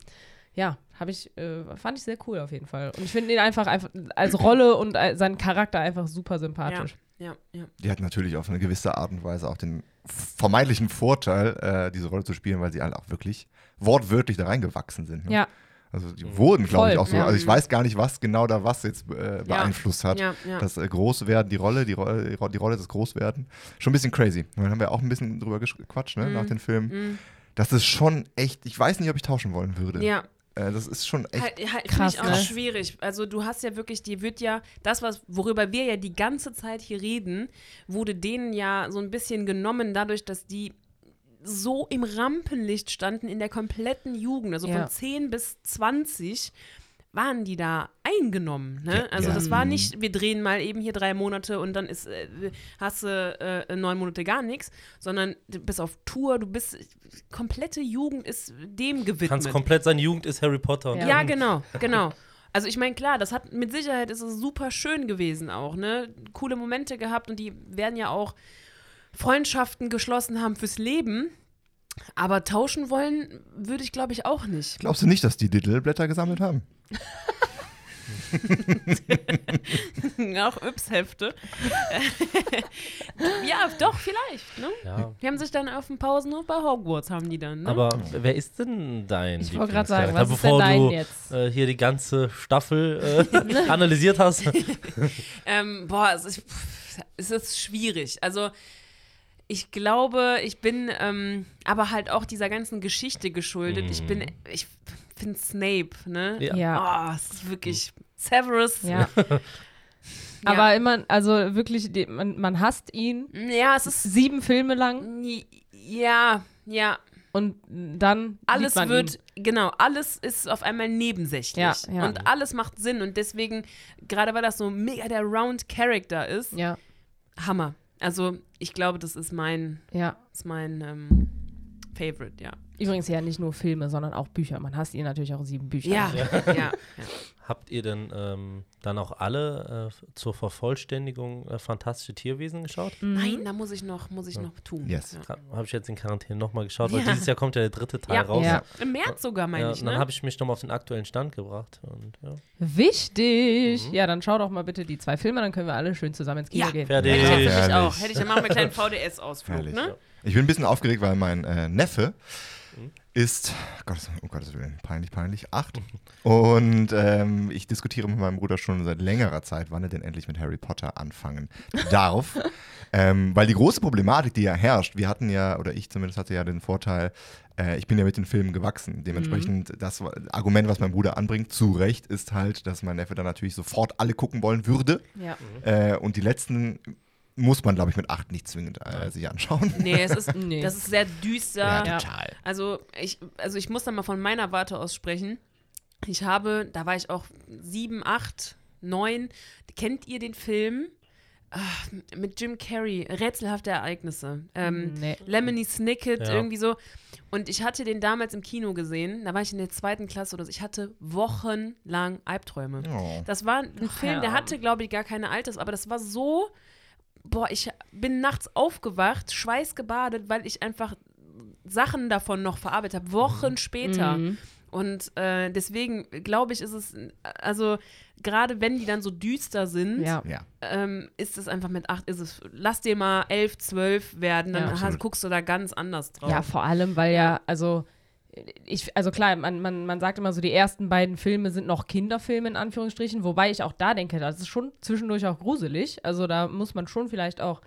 ja, habe ich, äh, fand ich sehr cool auf jeden Fall. Und ich finde ihn einfach, einfach als Rolle und als, seinen Charakter einfach super
Ja,
sympathisch.
ja, ja.
Die hat natürlich auf eine gewisse Art und Weise auch den vermeintlichen Vorteil, äh, diese Rolle zu spielen, weil sie alle auch wirklich wortwörtlich da reingewachsen sind.
Ja,
Ne? Also die
Mhm.
wurden, glaube ich,
Voll,
auch so.
ja.
Also ich weiß gar nicht, was genau da was jetzt äh, beeinflusst hat.
ja, ja.
Das äh, Großwerden, die Rolle, die Rolle, die Ro- die Rolle des Großwerden. Schon ein bisschen crazy. Dann haben wir auch ein bisschen drüber gesch- gequatscht,
Mhm.
ne, nach den Filmen. Das ist schon echt, ich weiß nicht, ob ich tauschen wollen würde.
ja.
Äh, das ist schon echt.
Halt, halt,
Krass,
Finde ich auch
ne?
schwierig. Also du hast ja wirklich, dir wird ja das, was, worüber wir ja die ganze Zeit hier reden, wurde denen ja so ein bisschen genommen, dadurch, dass die so im Rampenlicht standen in der kompletten Jugend, also
Ja.
von 10 bis 20 waren die da eingenommen. Ne?
Ja,
also
ja. Mhm.
das war nicht, wir drehen mal eben hier drei Monate und dann ist, äh, hast du äh, neun Monate gar nichts, sondern du bist auf Tour, du bist, komplette Jugend ist dem
Kannst
gewidmet.
komplett sein, Jugend ist Harry Potter.
Ja.
Ja, genau, genau. Also ich meine, klar, das hat mit Sicherheit ist es super schön gewesen auch, ne? Coole Momente gehabt und die werden ja auch Freundschaften geschlossen haben fürs Leben. Aber tauschen wollen würde ich, glaube ich, auch nicht.
Glaubst du nicht, dass die Diddleblätter gesammelt haben?
auch Yps-Hefte. ja, doch, vielleicht, ne?
Ja.
Die haben sich dann auf dem Pausenhof bei Hogwarts, haben die dann, ne?
Aber wer ist denn dein
Ich wollte gerade
Lieblingscharakter?
sagen, was ist denn
Bevor
dein
du
jetzt?
äh, hier die ganze Staffel äh, analysiert hast.
Ähm, boah, es ist, pff, es ist schwierig. Also ich glaube, ich bin ähm, aber halt auch dieser ganzen Geschichte geschuldet. Ich bin, ich bin Snape, ne?
Ja.
Ja.
Oh, es ist wirklich Severus.
Ja. Aber immer, also wirklich, die, man, man hasst ihn.
ja, es ist,
Sieben Filme lang
ja, ja.
und dann.
Alles
sieht man
wird,
Ihn.
genau, alles ist auf einmal nebensächlich.
Ja, ja.
Und alles macht Sinn. Und deswegen, gerade weil das so mega der Round Character ist,
Ja,
Hammer. Also, ich glaube, das ist mein,
ja.
ist mein ähm, Favorite, ja.
Übrigens ja nicht nur Filme, sondern auch Bücher. Man hasst ihn natürlich auch sieben Bücher.
Ja, ja. ja.
Habt ihr denn ähm, dann auch alle äh, zur Vervollständigung äh, fantastische Tierwesen geschaut?
Nein, da muss ich noch, muss ich noch tun.
Yes.
Ja.
Habe ich jetzt in Quarantäne nochmal geschaut, weil
Ja.
dieses Jahr kommt ja der dritte Teil
Ja.
raus.
Ja.
Im März sogar, meine
Ja,
ich,
und dann
ne?
habe ich mich nochmal auf den aktuellen Stand gebracht. Und, ja.
Wichtig. Ja, dann schau doch mal bitte die zwei Filme, dann können wir alle schön zusammen ins Kino
Ja.
gehen.
Fertig.
Hätte ich jetzt
Herrlich.
natürlich auch. Hätte ich, dann machen wir einen kleinen VDS-Ausflug,
Herrlich,
ne?
Ich bin ein bisschen aufgeregt, weil mein äh, Neffe ist, Gott, um Gottes Willen, peinlich, peinlich, acht. Und ähm, ich diskutiere mit meinem Bruder schon seit längerer Zeit, wann er denn endlich mit Harry Potter anfangen darf. ähm, weil die große Problematik, die ja herrscht, wir hatten ja, oder ich zumindest hatte ja den Vorteil, äh, ich bin ja mit den Filmen gewachsen. Dementsprechend, das war- Argument, was mein Bruder anbringt, zu Recht, ist halt, dass mein Neffe dann natürlich sofort alle gucken wollen würde.
Ja.
Äh, und die letzten muss man, glaube ich, mit acht nicht zwingend äh, sich anschauen.
Nee, es ist,
Nee.
das ist sehr düster.
Ja.
total.
Also, ich, also ich muss da mal von meiner Warte aus sprechen. Ich habe, da war ich auch sieben, acht, neun. Kennt ihr den Film Ach, mit Jim Carrey, Rätselhafte Ereignisse? Ähm,
Nee.
Lemony Snicket,
Ja.
irgendwie so. Und ich hatte den damals im Kino gesehen. Da war ich in der zweiten Klasse oder so. Ich hatte wochenlang Albträume.
Oh.
Das war ein Film, der
ja.
hatte, glaube ich, gar keine Alters, aber das war so. Boah, ich bin nachts aufgewacht, schweißgebadet, weil ich einfach Sachen davon noch verarbeitet habe, Wochen später.
Mhm.
Und äh, deswegen glaube ich, ist es, also gerade wenn die dann so düster sind,
Ja.
Ja.
ähm, ist es einfach mit acht, ist es, lass dir mal elf, zwölf werden,
Ja.
dann hast,
Absolut.
guckst du da ganz anders drauf.
Ja, vor allem, weil ja, also. Ich, also klar, man, man, man sagt immer so, die ersten beiden Filme sind noch Kinderfilme in Anführungsstrichen, wobei ich auch da denke, das ist schon zwischendurch auch gruselig. Also da muss man schon vielleicht auch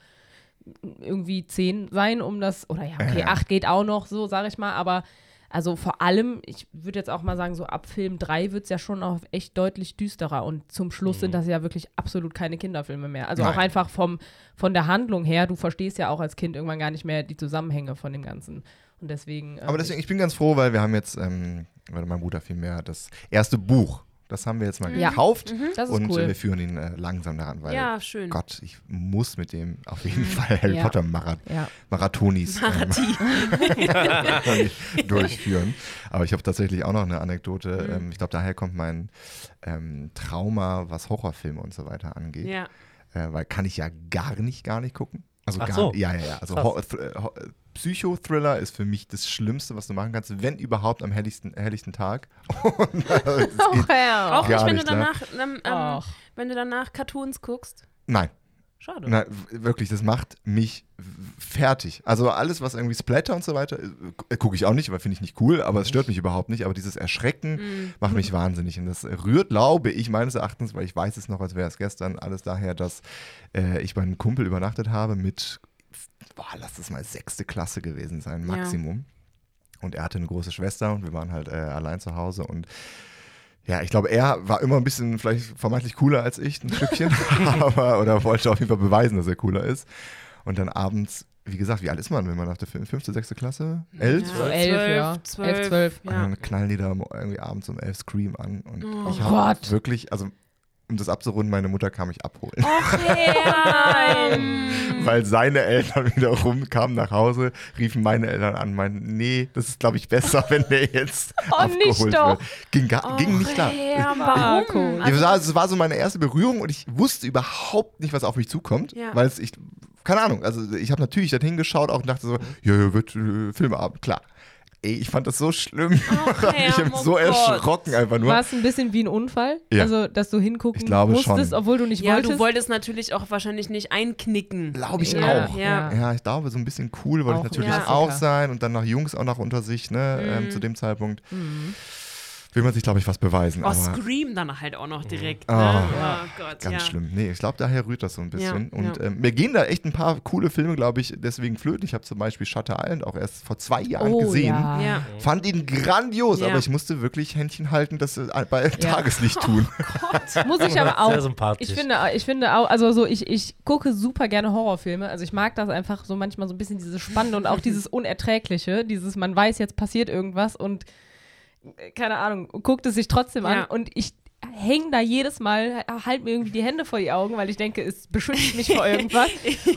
irgendwie zehn sein, um das, oder ja, okay,
Ja.
acht geht auch noch, so sage ich mal, aber also vor allem, ich würde jetzt auch mal sagen, so ab Film drei wird es ja schon auch echt deutlich düsterer und zum Schluss sind das ja wirklich absolut keine Kinderfilme mehr. Also auch
Mhm. Nein.
einfach vom, von der Handlung her, du verstehst ja auch als Kind irgendwann gar nicht mehr die Zusammenhänge von dem Ganzen. Und deswegen. äh,
Aber deswegen, ich bin ganz froh, weil wir haben jetzt, ähm, weil mein Bruder vielmehr das erste Buch, das haben wir jetzt mal
Ja.
gekauft
Mhm. Das ist
und
cool.
äh, wir führen ihn äh, langsam daran, weil
Ja, schön.
Gott, ich muss mit dem auf jeden Fall Harry
Mhm. Ja.
Potter Marath
Ja.
Marathonis ähm, durchführen. Aber ich habe tatsächlich auch noch eine Anekdote.
Mhm.
Ähm, ich glaube, daher kommt mein ähm, Trauma, was Horrorfilme und so weiter angeht.
Ja.
äh, weil kann ich ja gar nicht, gar nicht gucken. Also
Ach
gar,
so.
ja, ja, ja. Also
Krass.
Hor- Thr- Hor- Psychothriller ist für mich das Schlimmste, was du machen kannst, wenn überhaupt am helllichsten, helllichsten Tag. Und, äh, es geht,
ja.
Auch
Gar
nicht, wenn du
nicht, ne?
danach, ähm, ähm,
Ach.
wenn du danach Cartoons guckst.
nein,
Schade.
nein, w- wirklich, das macht mich w- fertig. Also alles, was irgendwie Splatter und so weiter, äh, gucke ich auch nicht, weil finde ich nicht cool, aber es stört mich überhaupt nicht. Aber dieses Erschrecken
Mhm.
macht mich wahnsinnig. Und das rührt, glaube ich, meines Erachtens, weil ich weiß es noch, als wäre es gestern, alles daher, dass äh, ich bei einem Kumpel übernachtet habe mit boah, lass es mal sechste Klasse gewesen sein,
Ja.
Maximum. Und er hatte eine große Schwester und wir waren halt äh, allein zu Hause und ja, ich glaube, er war immer ein bisschen vielleicht vermeintlich cooler als ich, ein Stückchen, aber oder wollte auf jeden Fall beweisen, dass er cooler ist. Und dann abends, wie gesagt, wie alt ist man, wenn man nach der fün- fünfte, sechste Klasse? Elf? Hm.
Ja,
So elf, ja. Elf, zwölf.
Und
Ja.
dann knallen die da mo- irgendwie abends um elf Scream an. Und
Oh
ich habe
Gott.
wirklich, also um das abzurunden, meine Mutter kam mich abholen.
Oh.
Nein.
Weil seine Eltern wiederum kamen nach Hause, riefen meine Eltern an, meinten, nee, das ist, glaube ich, besser, wenn der jetzt
Oh,
abgeholt
nicht doch. Oh,
wird. Ging, gar, ging nicht klar.
Herr,
Marco.
warum?
Ich
Also,
sah, es war so meine erste Berührung und ich wusste überhaupt nicht, was auf mich zukommt,
Ja.
weil es ich keine Ahnung, also ich habe natürlich da hingeschaut auch und dachte so,
Mhm.
ja, ja wird äh, Filmabend, klar. Ey, ich fand das so schlimm.
Ach,
ich
Herr,
bin
oh
so
Gott.
erschrocken einfach nur.
War es ein bisschen wie ein Unfall?
Ja.
Also, dass du hingucken
Ich glaube
musstest,
schon.
obwohl du nicht
ja,
wolltest?
du wolltest natürlich auch wahrscheinlich nicht einknicken.
Glaube ich
Ja,
auch.
ja.
Ja. ich glaube, so ein bisschen cool wollte ich
Auch ein
natürlich
Klassiker. Mhm.
auch sein und dann nach Jungs auch noch unter sich, ne, ähm, zu dem Zeitpunkt. Will man sich, glaube ich, was beweisen,
Oh,
aber
Scream dann halt auch noch direkt.
Oh.
Ne?
Ja.
Oh Gott,
Ganz
ja.
schlimm. Nee, ich glaube, daher rührt das so ein bisschen.
Ja,
und
ja.
Ähm, mir gehen da echt ein paar coole Filme, glaube ich, deswegen flöten. Ich habe zum Beispiel Shutter Island auch erst vor zwei Jahren
oh,
gesehen.
Ja.
Ja.
Fand ihn grandios,
Ja.
aber ich musste wirklich Händchen halten, das äh, bei Tageslicht tun.
Muss ich aber auch.
Sehr sympathisch.
Ich finde, ich finde auch, also so, ich, ich gucke super gerne Horrorfilme. Also ich mag das einfach so manchmal so ein bisschen dieses Spannende und auch dieses Unerträgliche, dieses, man weiß, jetzt passiert irgendwas und äh, keine Ahnung, guckt es sich trotzdem
Ja.
an und ich hänge da jedes Mal, halt mir irgendwie die Hände vor die Augen, weil ich denke, es beschützt mich vor irgendwas.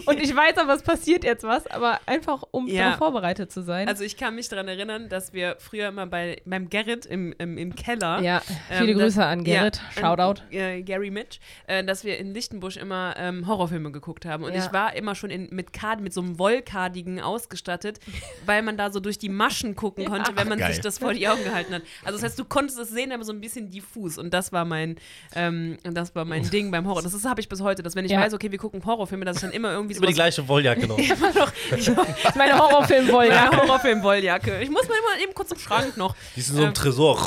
Und ich weiß aber, es passiert jetzt was, aber einfach, um
Ja.
darauf vorbereitet zu sein.
Also ich kann mich daran erinnern, dass wir früher immer bei beim Gerrit im, im, im Keller.
ja,
ähm,
viele
das-
Grüße an Gerrit,
ja, an,
Shoutout.
Äh, Gary Mitch, äh, dass wir in Lichtenbusch immer ähm, Horrorfilme geguckt haben. Und
Ja.
ich war immer schon in, mit, Card, mit so einem Wollkardigen ausgestattet, weil man da so durch die Maschen gucken konnte, wenn man
Geil.
sich das vor die Augen gehalten hat. Also das heißt, du konntest es sehen, aber so ein bisschen diffus. Und das war mein, ähm, das war mein Ding beim Horror. Das ist- habe ich bis heute, dass wenn ich
Ja.
weiß, okay, wir gucken Horrorfilme, dass ich dann immer irgendwie so
Über die gleiche Wolljacke noch.
immer noch
Das ist meine Horrorfilmwolle.
ja. Horrorfilm-Wolljacke. Ich muss mal immer eben kurz im Schrank noch.
Die sind so ein
Ähm.
Tresor.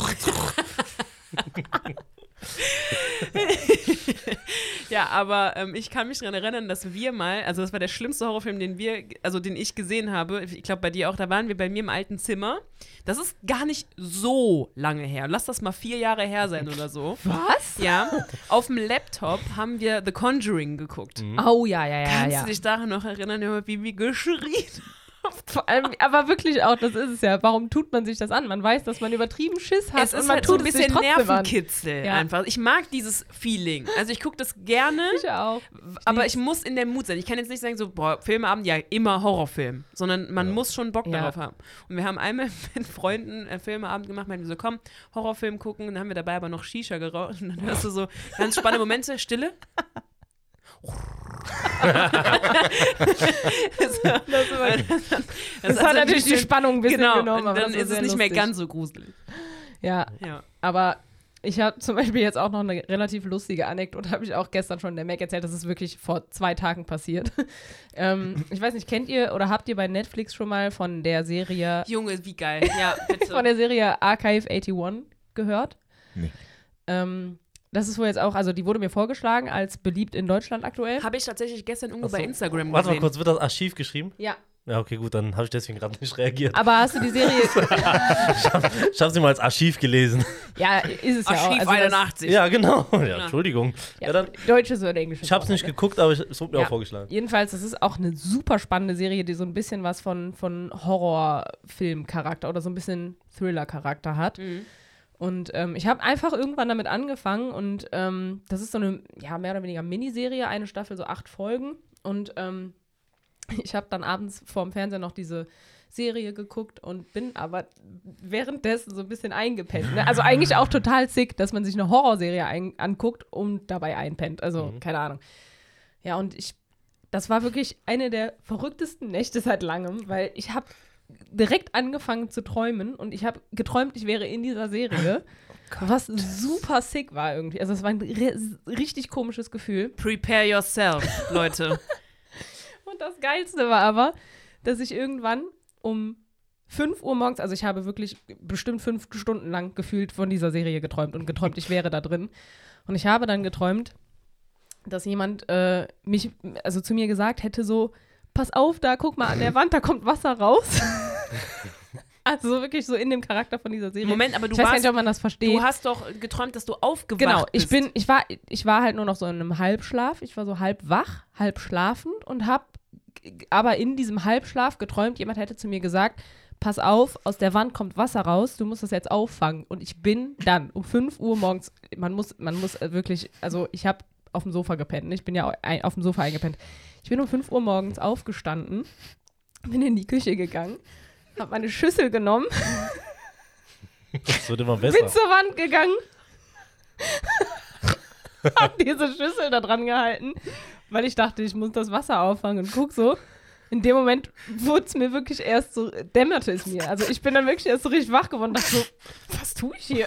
Ja, aber ähm, ich kann mich daran erinnern, dass wir mal, also das war der schlimmste Horrorfilm, den wir, also den ich gesehen habe. Ich glaube bei dir auch, da waren wir bei mir im alten Zimmer. Das ist gar nicht so lange her. Lass das mal vier Jahre her sein oder so.
Was?
Ja. Auf dem Laptop haben wir The Conjuring geguckt.
Oh ja, ja, ja.
Kannst
ja.
du dich daran noch erinnern, Junge, wie wir geschrien
Vor allem, aber wirklich auch, das ist es ja. Warum tut man sich das an? Man weiß, dass man übertrieben Schiss hat
Es
und
ist
man
halt so
tut
ein
es sich
bisschen
trotzdem an.
Nervenkitzel
Ja.
einfach. Ich mag dieses Feeling. Also ich gucke das gerne.
Ich auch.
Aber ich muss in der Mut sein. Ich kann jetzt nicht sagen, so, boah, Filmeabend, ja, immer Horrorfilm. Sondern man muss schon Bock
Ja.
darauf haben. Und wir haben einmal mit Freunden äh, Filmeabend gemacht, meinten wir so, komm, Horrorfilm gucken. Und dann haben wir dabei aber noch Shisha geraucht. Und dann hörst du so ganz spannende Momente, Stille. das, das,
Das, hat natürlich die Spannung ein bisschen
also Genau,
genommen.
und
aber
dann
das war
ist es
sehr
nicht mehr
lustig.
ganz so gruselig.
Ja,
Ja.
aber ich habe zum Beispiel jetzt auch noch eine relativ lustige Anekdote, habe ich auch gestern schon der Mac erzählt, das ist wirklich vor zwei Tagen passiert. ähm, ich weiß nicht, kennt ihr oder habt ihr bei Netflix schon mal von der Serie
Junge, wie geil. Ja, bitte.
von der Serie Archive 81 gehört.
Nee.
Ähm, das ist wohl jetzt auch, also die wurde mir vorgeschlagen als beliebt in Deutschland aktuell.
Habe ich tatsächlich gestern irgendwo
Achso.
bei Instagram
Warte mal
gesehen.
kurz, wird das Archiv geschrieben?
Ja.
Ja, okay, gut, dann habe ich deswegen gerade nicht reagiert.
Aber hast du die Serie?
Ich habe sie mal als Archiv gelesen.
ja, ist es ja auch.
Archiv
Also das-
81.
Ja, genau. Ja, Entschuldigung. Ja,
Ja,
dann,
Deutsches oder Englisches. ne?
ich habe es nicht geguckt, aber ich- es wurde mir
Ja.
auch vorgeschlagen.
Jedenfalls, das ist auch eine super spannende Serie, die so ein bisschen was von, von Horrorfilm-Charakter oder so ein bisschen Thriller-Charakter hat. Und ähm, ich habe einfach irgendwann damit angefangen und ähm, das ist so eine, ja, mehr oder weniger Miniserie, eine Staffel, so acht Folgen. Und ähm, ich habe dann abends vorm Fernseher noch diese Serie geguckt und bin aber währenddessen so ein bisschen eingepennt. Ne? Also eigentlich auch total sick, dass man sich eine Horrorserie ein anguckt und dabei einpennt. Also keine Ahnung. Ja, und ich, das war wirklich eine der verrücktesten Nächte seit langem, weil ich habe direkt angefangen zu träumen und ich habe geträumt, ich wäre in dieser Serie. was super sick war irgendwie. Also es war ein ri- richtig komisches Gefühl.
Prepare yourself, Leute.
Und das Geilste war aber, dass ich irgendwann um 5 Uhr morgens, also ich habe wirklich bestimmt fünf Stunden lang gefühlt von dieser Serie geträumt und geträumt, ich wäre da drin. Und ich habe dann geträumt, dass jemand äh, mich, also zu mir gesagt hätte, so, pass auf, da guck mal an der Wand, da kommt Wasser raus. also so wirklich so in dem Charakter von dieser Serie.
Moment, aber du
ich weiß gar
warst-
nicht, ob man das versteht.
Du hast doch geträumt, dass du aufgewacht
Genau,
bist.
ich bin, ich war, ich war halt nur noch so in einem Halbschlaf. Ich war so halb wach, halb schlafend und hab aber in diesem Halbschlaf geträumt, jemand hätte zu mir gesagt, pass auf, aus der Wand kommt Wasser raus, du musst das jetzt auffangen. Und ich bin dann um 5 Uhr morgens, man muss, man muss wirklich, also ich habe auf dem Sofa gepennt, ne? ich bin ja ein, auf dem Sofa eingepennt. Ich bin um 5 Uhr morgens aufgestanden, bin in die Küche gegangen, habe meine Schüssel genommen,
Das wird immer
bin
besser.
zur Wand gegangen, hab diese Schüssel da dran gehalten, weil ich dachte, ich muss das Wasser auffangen und guck so. In dem Moment wurde es mir wirklich erst so, dämmerte es mir. Also ich bin dann wirklich erst so richtig wach geworden und dachte so, was tue ich hier?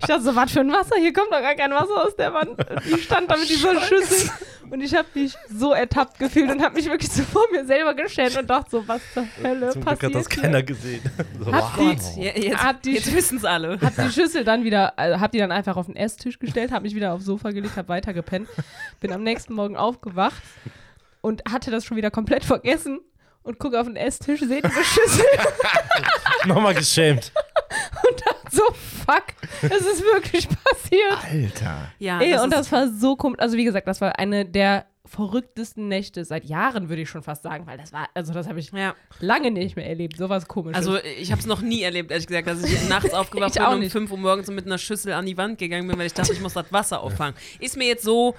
ich dachte so, was für ein Wasser, hier kommt doch gar kein Wasser aus der Wand. Und ich stand da mit dieser Schüssel und ich habe mich so ertappt gefühlt und habe mich wirklich so vor mir selber geschämt und dachte so, was zur Hölle
Zum Glück
passiert
hat das
hier?
keiner gesehen. So,
Hat
wow.
die-
Ja, jetzt
Hab die
jetzt wissen es alle.
Hab die Schüssel dann wieder, also hab die dann einfach auf den Esstisch gestellt, hab mich wieder aufs Sofa gelegt, hab weiter gepennt. Bin am nächsten Morgen aufgewacht und hatte das schon wieder komplett vergessen und gucke auf den Esstisch, sehe diese Schüssel
Nochmal geschämt.
und dachte so, fuck, es ist wirklich passiert.
Alter.
Ah, Ja,
Ey,
das
und
ist-
das war so komisch. Also wie gesagt, das war eine der verrücktesten Nächte seit Jahren, würde ich schon fast sagen, weil das war, also das habe ich
ja.
lange nicht mehr erlebt, sowas komisches.
Also ich habe es noch nie erlebt, ehrlich gesagt, dass ich nachts aufgewacht
Ich
bin
auch
und um
nicht.
5 Uhr morgens und mit einer Schüssel an die Wand gegangen bin, weil ich dachte, ich muss das Wasser auffangen. Ist mir jetzt so,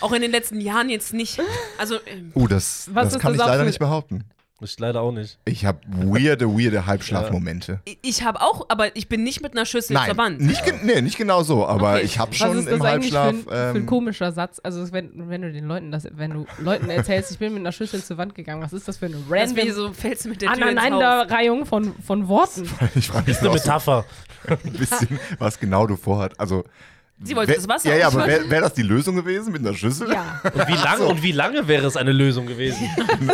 auch in den letzten Jahren jetzt nicht, also ähm,
Oh, das,
Was
das
ist
kann
das
ich
auch
leider
für-
nicht behaupten.
Ich leider auch nicht.
Ich habe weirde, weirde Halbschlafmomente.
ich- ich habe auch, aber ich bin nicht mit einer Schüssel zur
Nein,
Wand.
nicht, gen- nee, nicht genau so, aber
Okay.
ich habe
Was
schon
ist das
im
eigentlich für
Halbschlaf.
ein, für ein
ähm,
komischer Satz? Also wenn, wenn du den Leuten das, wenn du Leuten erzählst, ich bin mit einer Schüssel zur Wand gegangen, was ist das für eine
Das wäre
random
so, fällst du mit der
Ah,
Tür ins Haus.
Aneinanderreihung von, von Worten?
ich frage mich
Eine
noch so
Metapher.
ein bisschen, was genau du vorhat. Also,
Sie wollte
wär-
das Wasser
Ja, ja, aber
auffangen.
wäre wär das die Lösung gewesen mit einer Schüssel?
Ja.
Und wie, lang, und wie lange wäre es eine Lösung gewesen?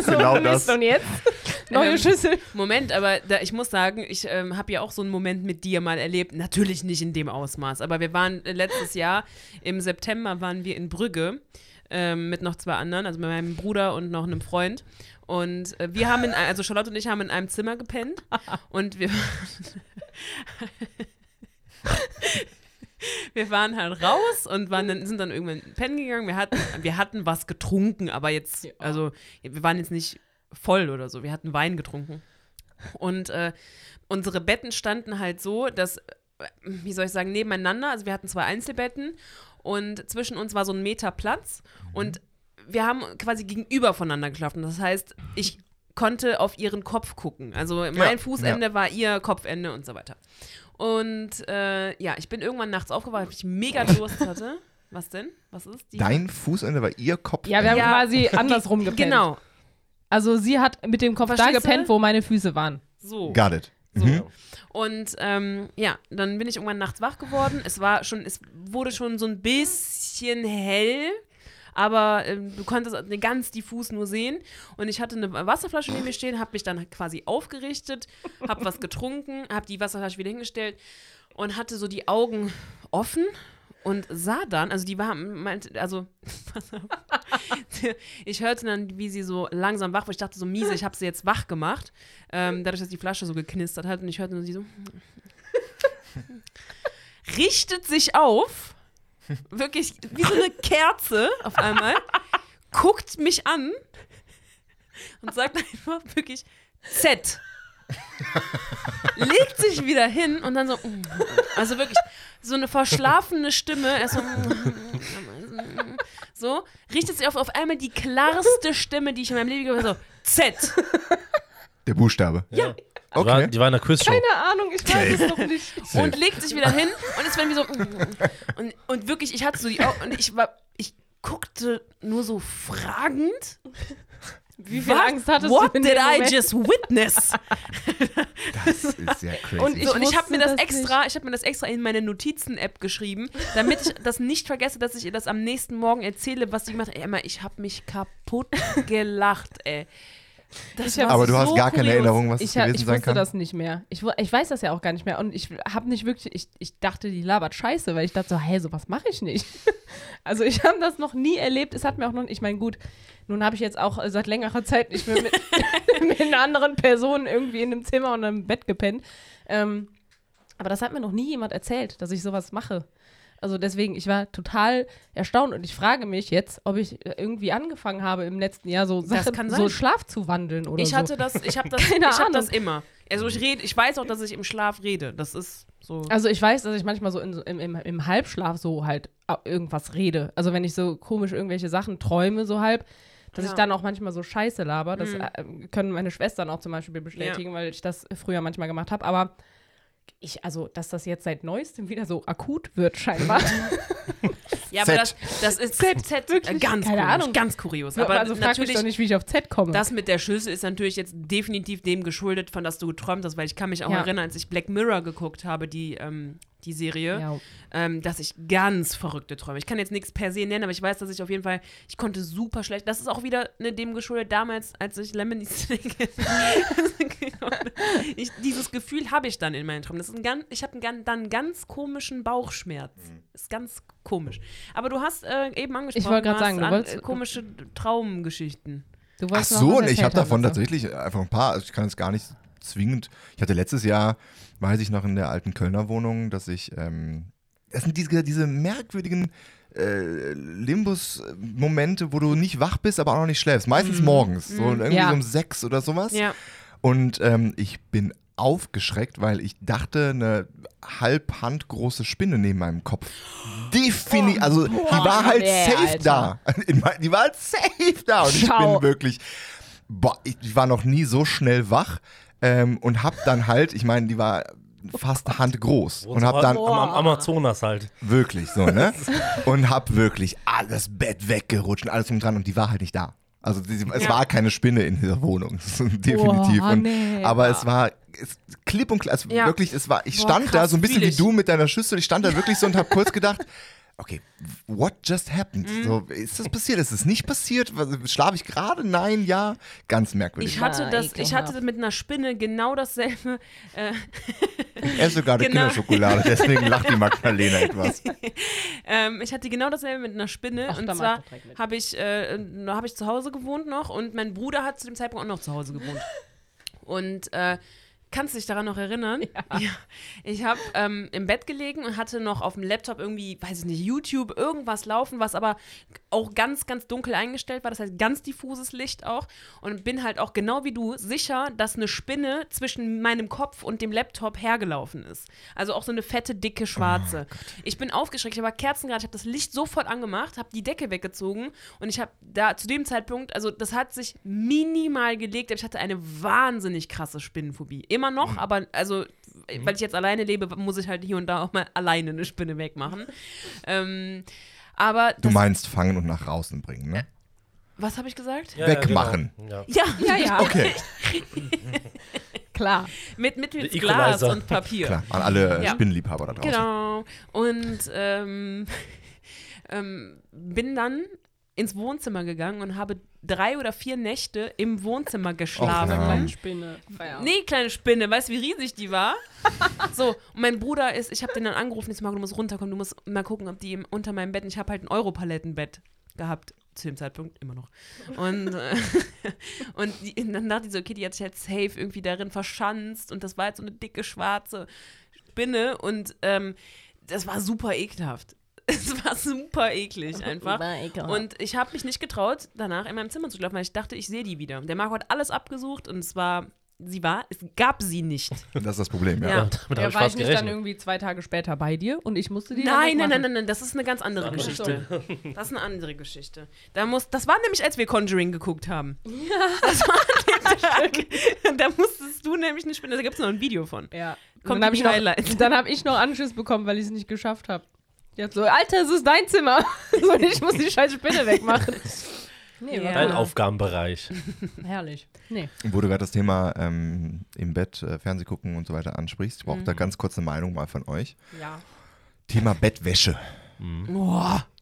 genau
so,
das.
Also, Mist, Und jetzt? Neue
Ähm,
Schüssel.
Moment, aber da, ich muss sagen, ich ähm, habe ja auch so einen Moment mit dir mal erlebt. Natürlich nicht in dem Ausmaß, aber wir waren äh, letztes Jahr, im September waren wir in Brügge ähm, mit noch zwei anderen, also mit meinem Bruder und noch einem Freund. Und äh, wir haben, in, ein- also Charlotte und ich haben in einem Zimmer gepennt und wir, wir waren halt raus und waren dann, sind dann irgendwann pennen gegangen. Wir hatten, wir hatten was getrunken, aber jetzt,
Ja.
also wir waren jetzt nicht voll oder so. Wir hatten Wein getrunken. Und äh, unsere Betten standen halt so, dass, äh, wie soll ich sagen, nebeneinander, also wir hatten zwei Einzelbetten und zwischen uns war so ein Meter Platz
Mhm.
und wir haben quasi gegenüber voneinander geschlafen. Das heißt, ich konnte auf ihren Kopf gucken. Also mein
Ja,
Fußende war ihr Kopfende und so weiter. Und äh, ja, ich bin irgendwann nachts aufgewacht, weil ich mega Durst hatte. Was denn? Was ist die?
Dein Fußende war ihr Kopf.
Ja, wir haben
Ja.
quasi andersrum gepennt.
Genau.
Also sie hat mit dem Kopf da
Verstehst du?
gepennt, wo meine Füße waren.
So.
Got it.
So.
Mhm.
Und ähm, ja, dann bin ich irgendwann nachts wach geworden. Es war schon, es wurde schon so ein bisschen hell, aber ähm, du konntest ganz diffus nur sehen. Und ich hatte eine Wasserflasche neben mir stehen, habe mich dann quasi aufgerichtet, habe was getrunken, habe die Wasserflasche wieder hingestellt und hatte so die Augen offen und sah dann, also die war, meinte, also ich hörte dann, wie sie so langsam wach war. Ich dachte so, miese, ich habe sie jetzt wach gemacht. Ähm, dadurch, dass die Flasche so geknistert hat. Und ich hörte nur sie so. richtet sich auf. Wirklich wie so eine Kerze auf einmal. guckt mich an und sagt einfach wirklich Z. Legt sich wieder hin und dann so. mm. Also wirklich so eine verschlafene Stimme. Erst so. mm, So, richtet sich auf, auf einmal die klarste Stimme, die ich in meinem Leben gehört habe. So, Z.
Der Buchstabe.
Ja.
Die, war,
Okay.
die war in der Quizshow.
Keine Ahnung, ich weiß es noch nicht.
Safe.
und legt sich wieder hin und es war irgendwie so und, und wirklich ich hatte so die Au- und ich war ich guckte nur so fragend
Wie viel
What-
Angst hattest
What
du in
did
dem
I
Moment?
just witness?
Das ist ja crazy.
Und
So, und ich habe
wusste
mir das
das
extra, ich habe mir das extra in meine Notizen-App geschrieben, damit ich das nicht vergesse, dass ich ihr das am nächsten Morgen erzähle, was sie gemacht hat. Ey, Emma, ich habe mich kaputt gelacht, ey. Das
Ich hab-
war
aber du
so
hast gar keine
kurios.
Erinnerung, was es
Ich, hab,
gewesen
ich
sein
wusste
kann.
das nicht mehr. Ich, wu- ich weiß das ja auch gar nicht mehr. Und ich habe nicht wirklich, ich, ich dachte, die labert scheiße, weil ich dachte so, hey, sowas mache ich nicht. Also ich habe das noch nie erlebt. Es hat mir auch noch, ich meine, gut, nun habe ich jetzt auch äh, seit längerer Zeit nicht mehr mit, mit einer anderen Person irgendwie in einem Zimmer und einem Bett gepennt. Ähm, aber das hat mir noch nie jemand erzählt, dass ich sowas mache. Also deswegen, ich war total erstaunt und ich frage mich jetzt, ob ich äh, irgendwie angefangen habe im letzten Jahr so
Das
Sachen,
kann
so
sein.
Schlaf zu wandeln oder
Ich
so.
hatte das, ich habe das,
Keine
ich hab das
Ahnung.
immer. Also ich rede, ich weiß auch, dass ich im Schlaf rede. Das ist so.
Also ich weiß, dass ich manchmal so in, so- im, im, im Halbschlaf so halt äh, irgendwas rede. Also wenn ich so komisch irgendwelche Sachen träume, so halb, dass
Ja. Mhm.
ich dann auch manchmal so Scheiße laber. Das äh, können meine Schwestern auch zum Beispiel bestätigen, weil ich das früher manchmal gemacht habe. Aber ich, also, dass das jetzt seit neuestem wieder so akut wird, scheinbar.
Ja, aber das,
Z.
das ist
Z,
Z, äh,
wirklich?
ganz
Keine
komisch,
Ahnung.
ganz kurios.
aber
Aber
also frag mich
natürlich,
doch nicht, wie ich auf Z komme.
das mit der Schüssel ist natürlich jetzt definitiv dem geschuldet, von das du geträumt hast, weil ich kann mich auch
Ja.
erinnern, als ich Black Mirror geguckt habe, die, ähm, die Serie,
ja.
ähm, dass ich ganz verrückte Träume. Ich kann jetzt nichts per se nennen, aber ich weiß, dass ich auf jeden Fall, ich konnte super schlecht. Das ist auch wieder ne, dem geschuldet, damals, als ich Lemony Snicket. ich, dieses Gefühl habe ich dann in meinen Träumen. Das ist ein ganz, ich habe einen ganz, dann einen ganz komischen Bauchschmerz. Ist ganz komisch. Aber du hast äh, eben angesprochen,
wollte gerade
hast
sagen, du
an,
wolltest-
äh, komische Traumgeschichten.
Du
Ach
wolltest noch
so,
was
und ich
erzählt
habe
haben
davon
dazu.
tatsächlich einfach ein paar. Also ich kann es gar nicht zwingend. Ich hatte letztes Jahr, weiß ich noch, in der alten Kölner Wohnung, dass ich. Ähm, das sind diese, diese merkwürdigen äh, Limbus-Momente, wo du nicht wach bist, aber auch noch nicht schläfst. Meistens morgens. So irgendwie
Mhm. Ja.
so um sechs oder sowas.
Ja.
Und ähm, ich bin aufgeschreckt, weil ich dachte, eine halb handgroße Spinne neben meinem Kopf. Defini also die war halt
Oh, nee,
safe
Alter.
da. In mein- Die war halt safe da. Und ich
Schau.
bin wirklich, boah, ich, ich war noch nie so schnell wach ähm, und hab dann halt, ich meine, die war fast handgroß und hab dann
am, am Amazonas halt.
wirklich so, ne? Und hab wirklich alles Bett weggerutscht und alles drum und dran und die war halt nicht da. Also die, es
Ja.
war keine Spinne in dieser Wohnung, definitiv.
Boah,
und,
nee.
Aber es war es, klipp und klar, es
Ja.
wirklich, es war, ich
Boah,
stand da
krass,
so ein bisschen
fühl
wie
ich.
du mit deiner Schüssel, ich stand da wirklich so und hab kurz gedacht, okay, what just happened?
Mhm.
So, ist das passiert? Ist es nicht passiert? Was- Schlaf ich gerade? Nein, ja. Ganz merkwürdig.
Ich hatte,
Ah,
das, ich
ekelhaft.
hatte mit einer Spinne genau dasselbe
Ich esse sogar eine
Genau.
Kinderschokolade, deswegen lacht die Magdalena etwas.
Ähm, ich hatte genau dasselbe mit einer Spinne.
Ach, da
und
mach ich
zwar
doch direkt mit.
habe ich, äh, da hab ich zu Hause gewohnt noch und mein Bruder hat zu dem Zeitpunkt auch noch zu Hause gewohnt. Und äh, kannst du dich daran noch erinnern? Ja. Ich habe ähm, im Bett gelegen und hatte noch auf dem Laptop irgendwie, weiß ich nicht, YouTube, irgendwas laufen, was aber auch ganz, ganz dunkel eingestellt war. Das heißt, ganz diffuses Licht auch. Und bin halt auch genau wie du sicher, dass eine Spinne zwischen meinem Kopf und dem Laptop hergelaufen ist. Also auch so eine fette, dicke, schwarze.
Oh
ich bin aufgeschreckt, ich habe Kerzen gerade, ich habe das Licht sofort angemacht, habe die Decke weggezogen und ich habe da zu dem Zeitpunkt, also das hat sich minimal gelegt, aber ich hatte eine wahnsinnig krasse Spinnenphobie. Immer
Mhm.
noch, aber also, weil ich jetzt alleine lebe, muss ich halt hier und da auch mal alleine eine Spinne wegmachen. ähm, aber
Du
das-
meinst fangen und nach draußen bringen, ne?
was habe ich gesagt?
Ja,
Wegmachen.
Ja, genau. ja.
Ja,
Ja, ja,
Okay,
klar.
mit mittels
The
Glas
Equalizer.
und Papier.
klar. An alle äh,
Ja.
Spinnenliebhaber da draußen.
Genau. Und ähm, ähm, bin dann ins Wohnzimmer gegangen und habe drei oder vier Nächte im Wohnzimmer geschlafen.
Ja.
Kleine Spinne. Feierabend.
Nee, kleine Spinne, weißt du, wie riesig die war? so, und mein Bruder ist, ich habe den dann angerufen, ich so, Marco, du musst runterkommen, du musst mal gucken, ob die im- unter meinem Bett, ich habe halt ein Europaletten-Bett gehabt, zu dem Zeitpunkt immer noch. Und, äh, und, die, und dann dachte ich so, okay, die hat sich halt safe irgendwie darin verschanzt und das war jetzt so eine dicke, schwarze Spinne und ähm, das war super ekelhaft. Es war super eklig einfach. Und ich habe mich nicht getraut, danach in meinem Zimmer zu laufen, weil ich dachte, ich sehe die wieder. Der Marco hat alles abgesucht und es war, sie war, es gab sie nicht.
Das ist das Problem, ja.
Ja.
Damit habe
Ja,
ich
war ich
fast
nicht dann
gerechnet.
irgendwie zwei Tage später bei dir und ich musste die dann
Nein, nein,
wegmachen?
nein, nein, nein, das ist eine ganz andere Geschichte. Das ist eine andere Geschichte. Da muss, das war nämlich, als wir Conjuring geguckt haben. Ja. Das war an dem Tag. Da musstest du nämlich eine Spinne, da gibt es noch ein Video von.
Ja.
Kommt
dann habe
die
ich, noch-
Highlights.
dann hab ich noch Anschiss bekommen, weil ich es nicht geschafft habe. Ich hab so, Alter, es ist dein Zimmer. so, ich muss die scheiß Spinne wegmachen. Nee,
Ja.
war
Dein
Ja.
Aufgabenbereich.
cool. herrlich. Nee.
Wo du gerade das Thema ähm, im Bett, äh, Fernseh gucken und so weiter ansprichst, ich brauche da ganz kurz eine Meinung mal von euch.
Ja.
Thema Bettwäsche.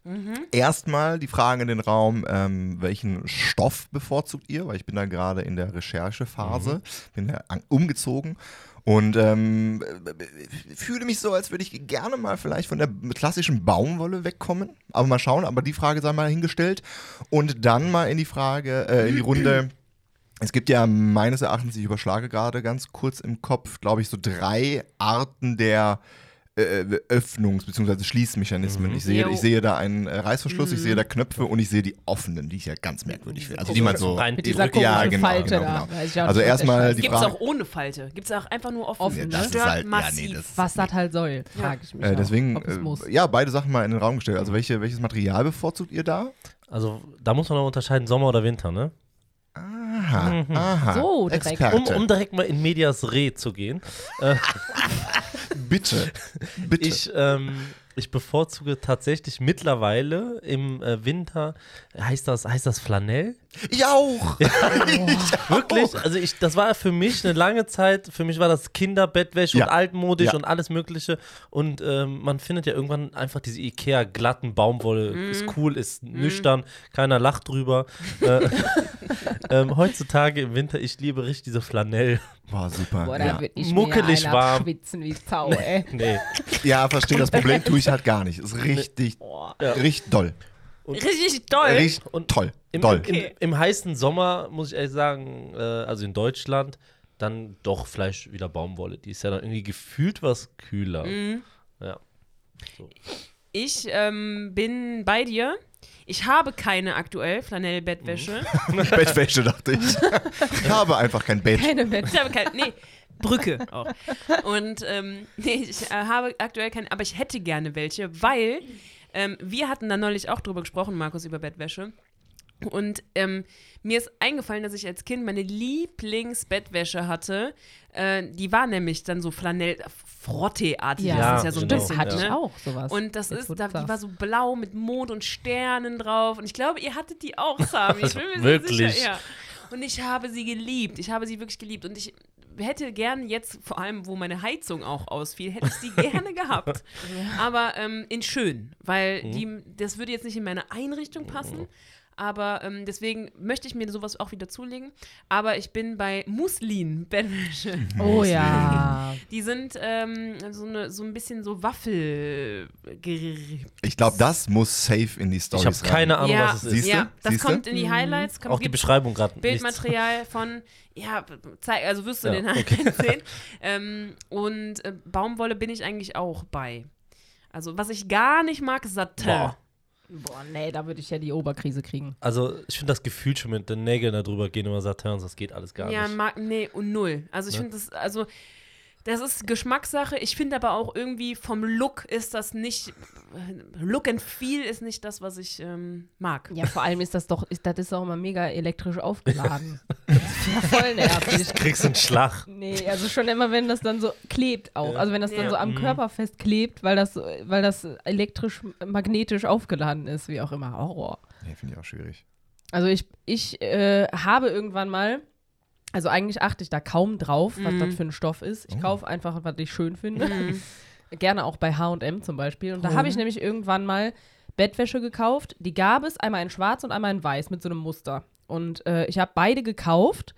Mhm. Erstmal die Frage in den Raum, ähm, welchen Stoff bevorzugt ihr? Weil ich bin da gerade in der Recherchephase, bin ja an- umgezogen und ähm, äh, fühle mich so, als würde ich gerne mal vielleicht von der klassischen Baumwolle wegkommen. Aber mal schauen, aber die Frage sei mal hingestellt. Und dann mal in die Frage, äh, in die Runde. Es gibt ja meines Erachtens, ich überschlage gerade ganz kurz im Kopf, glaube ich, so drei Arten der äh, Öffnungs- bzw. Schließmechanismen.
Mhm.
Ich, sehe,
Jo.
ich sehe da einen äh, Reißverschluss, ich sehe da Knöpfe und ich sehe die offenen, die ich ja ganz merkwürdig finde. Also die man so
Rein-
Mit
Die
dieser
Rück- ja,
komischen
genau,
Falte
genau,
da.
genau.
Weiß ich
Also
auch nicht, was der
erstmal
Scheiß
die
ist.
Gibt es
Frage-
auch ohne Falte? Gibt es auch einfach nur offen?
Ja,
das ist
Stört
halt- ja,
massiv.
nee, das-
was das halt soll, frage ich mich.
Äh,
auch,
deswegen,
ob es muss.
äh, ja, beide Sachen mal in den Raum gestellt. Also welche, welches Material bevorzugt ihr da?
Also da muss man auch unterscheiden, Sommer oder Winter, ne?
Aha, aha.
So direkt.
Experte.
Um, um Mhm. direkt mal in Medias Re zu gehen.
Bitte, bitte.
um, Ich, ähm, ich bevorzuge tatsächlich mittlerweile im äh, Winter, heißt das, heißt das Flanell?
ich auch.
Wirklich? Also ich, das war für mich eine lange Zeit, für mich war das Kinderbettwäsche
Ja.
und altmodisch
Ja.
und alles mögliche und ähm, man findet ja irgendwann einfach diese Ikea glatten Baumwolle, ist cool, ist nüchtern, keiner lacht drüber. äh, ähm, heutzutage im Winter, ich liebe richtig diese Flanell.
Boah, super.
Boah, da
ja.
würd ich
Muckelig
mir
warm.
schwitzen wie Zau, ey.
Nee.
ja, verstehe, das Problem tue ich halt gar nicht.
Ne.
Ist richtig, richtig doll.
Richtig toll.
Richtig
Und
toll,
Im,
doll.
im, im, Im heißen Sommer, muss ich ehrlich sagen, äh, also in Deutschland, dann doch vielleicht wieder Baumwolle. Die ist ja dann irgendwie gefühlt was kühler.
Mhm.
Ja.
Ich ähm, bin bei dir. Ich habe keine aktuell Flanellbettwäsche.
Mhm. Bettwäsche, dachte ich. Ich habe einfach kein Bett.
Keine Bett.
Ich habe keine. Nee, Brücke auch. Und ähm, nee, ich äh, habe aktuell keine, aber ich hätte gerne welche, weil ähm, wir hatten da neulich auch drüber gesprochen, Markus, über Bettwäsche. Und ähm, mir ist eingefallen, dass ich als Kind meine Lieblingsbettwäsche hatte. Äh, die war nämlich dann so Flanell-Frotte-artig.
Ja,
das ist ja so ein
genau.
bisschen.
hatte
ja.
ich
ne?
auch sowas.
Und das
Jetzt,
ist,
wo
da,
du's
die war
sagst.
so blau mit Mond und Sternen drauf. Und ich glaube, ihr hattet die auch, Sami. Ich bin mir sehr
Wirklich?
sicher. Ja. Und ich habe sie geliebt. Ich habe sie wirklich geliebt. Und ich hätte gern jetzt, vor allem wo meine Heizung auch ausfiel, hätte ich sie gerne gehabt. Aber ähm, in schön, weil die, das würde jetzt nicht in meine Einrichtung passen. Aber ähm, deswegen möchte ich mir sowas auch wieder zulegen. Aber ich bin bei Muslin-Bettwäsche.
Oh ja.
Die sind ähm, so, eine, so ein bisschen so Waffel.
Ich glaube, das muss safe in die Story
Ich habe keine Ahnung,
ja,
was es ist. Mhm.
Siehst du?
ja, das
Siehst du?
kommt in die Highlights. Kommt,
Auch die
gibt's
Beschreibung gerade nicht.
Bildmaterial von, ja, zeig, also wirst du
Ja,
den Highlights sehen. Ähm, und äh, Baumwolle bin ich eigentlich auch bei. Also, was ich gar nicht mag, ist Satin.
Boah.
Boah, nee, da würde ich ja die Oberkrise kriegen.
Also ich finde das Gefühl schon mit den Nägeln da drüber gehen über Saturn, das geht alles gar
ja,
nicht.
mag, nee, und null. Also ich
Ne?
finde das, also das ist Geschmackssache. Ich finde aber auch irgendwie vom Look ist das nicht, äh, Look and Feel ist nicht das, was ich ähm, mag.
Ja, vor allem ist das doch, ist, das ist auch immer mega elektrisch aufgeladen. das ist ja voll nervig.
Kriegst einen Schlag.
Nee, also schon immer, wenn das dann so klebt auch. Also wenn das dann
Ja.
so am Körper festklebt, weil das, weil das elektrisch, magnetisch aufgeladen ist, wie auch immer. Horror.
Nee, finde ich auch schwierig.
Also ich, ich äh, habe irgendwann mal, also eigentlich achte ich da kaum drauf, was das für ein Stoff ist. Ich kaufe einfach, was ich schön finde. Gerne auch bei HM zum Beispiel. Und da habe ich nämlich irgendwann mal Bettwäsche gekauft. Die gab es einmal in Schwarz und einmal in Weiß mit so einem Muster. Und äh, ich habe beide gekauft.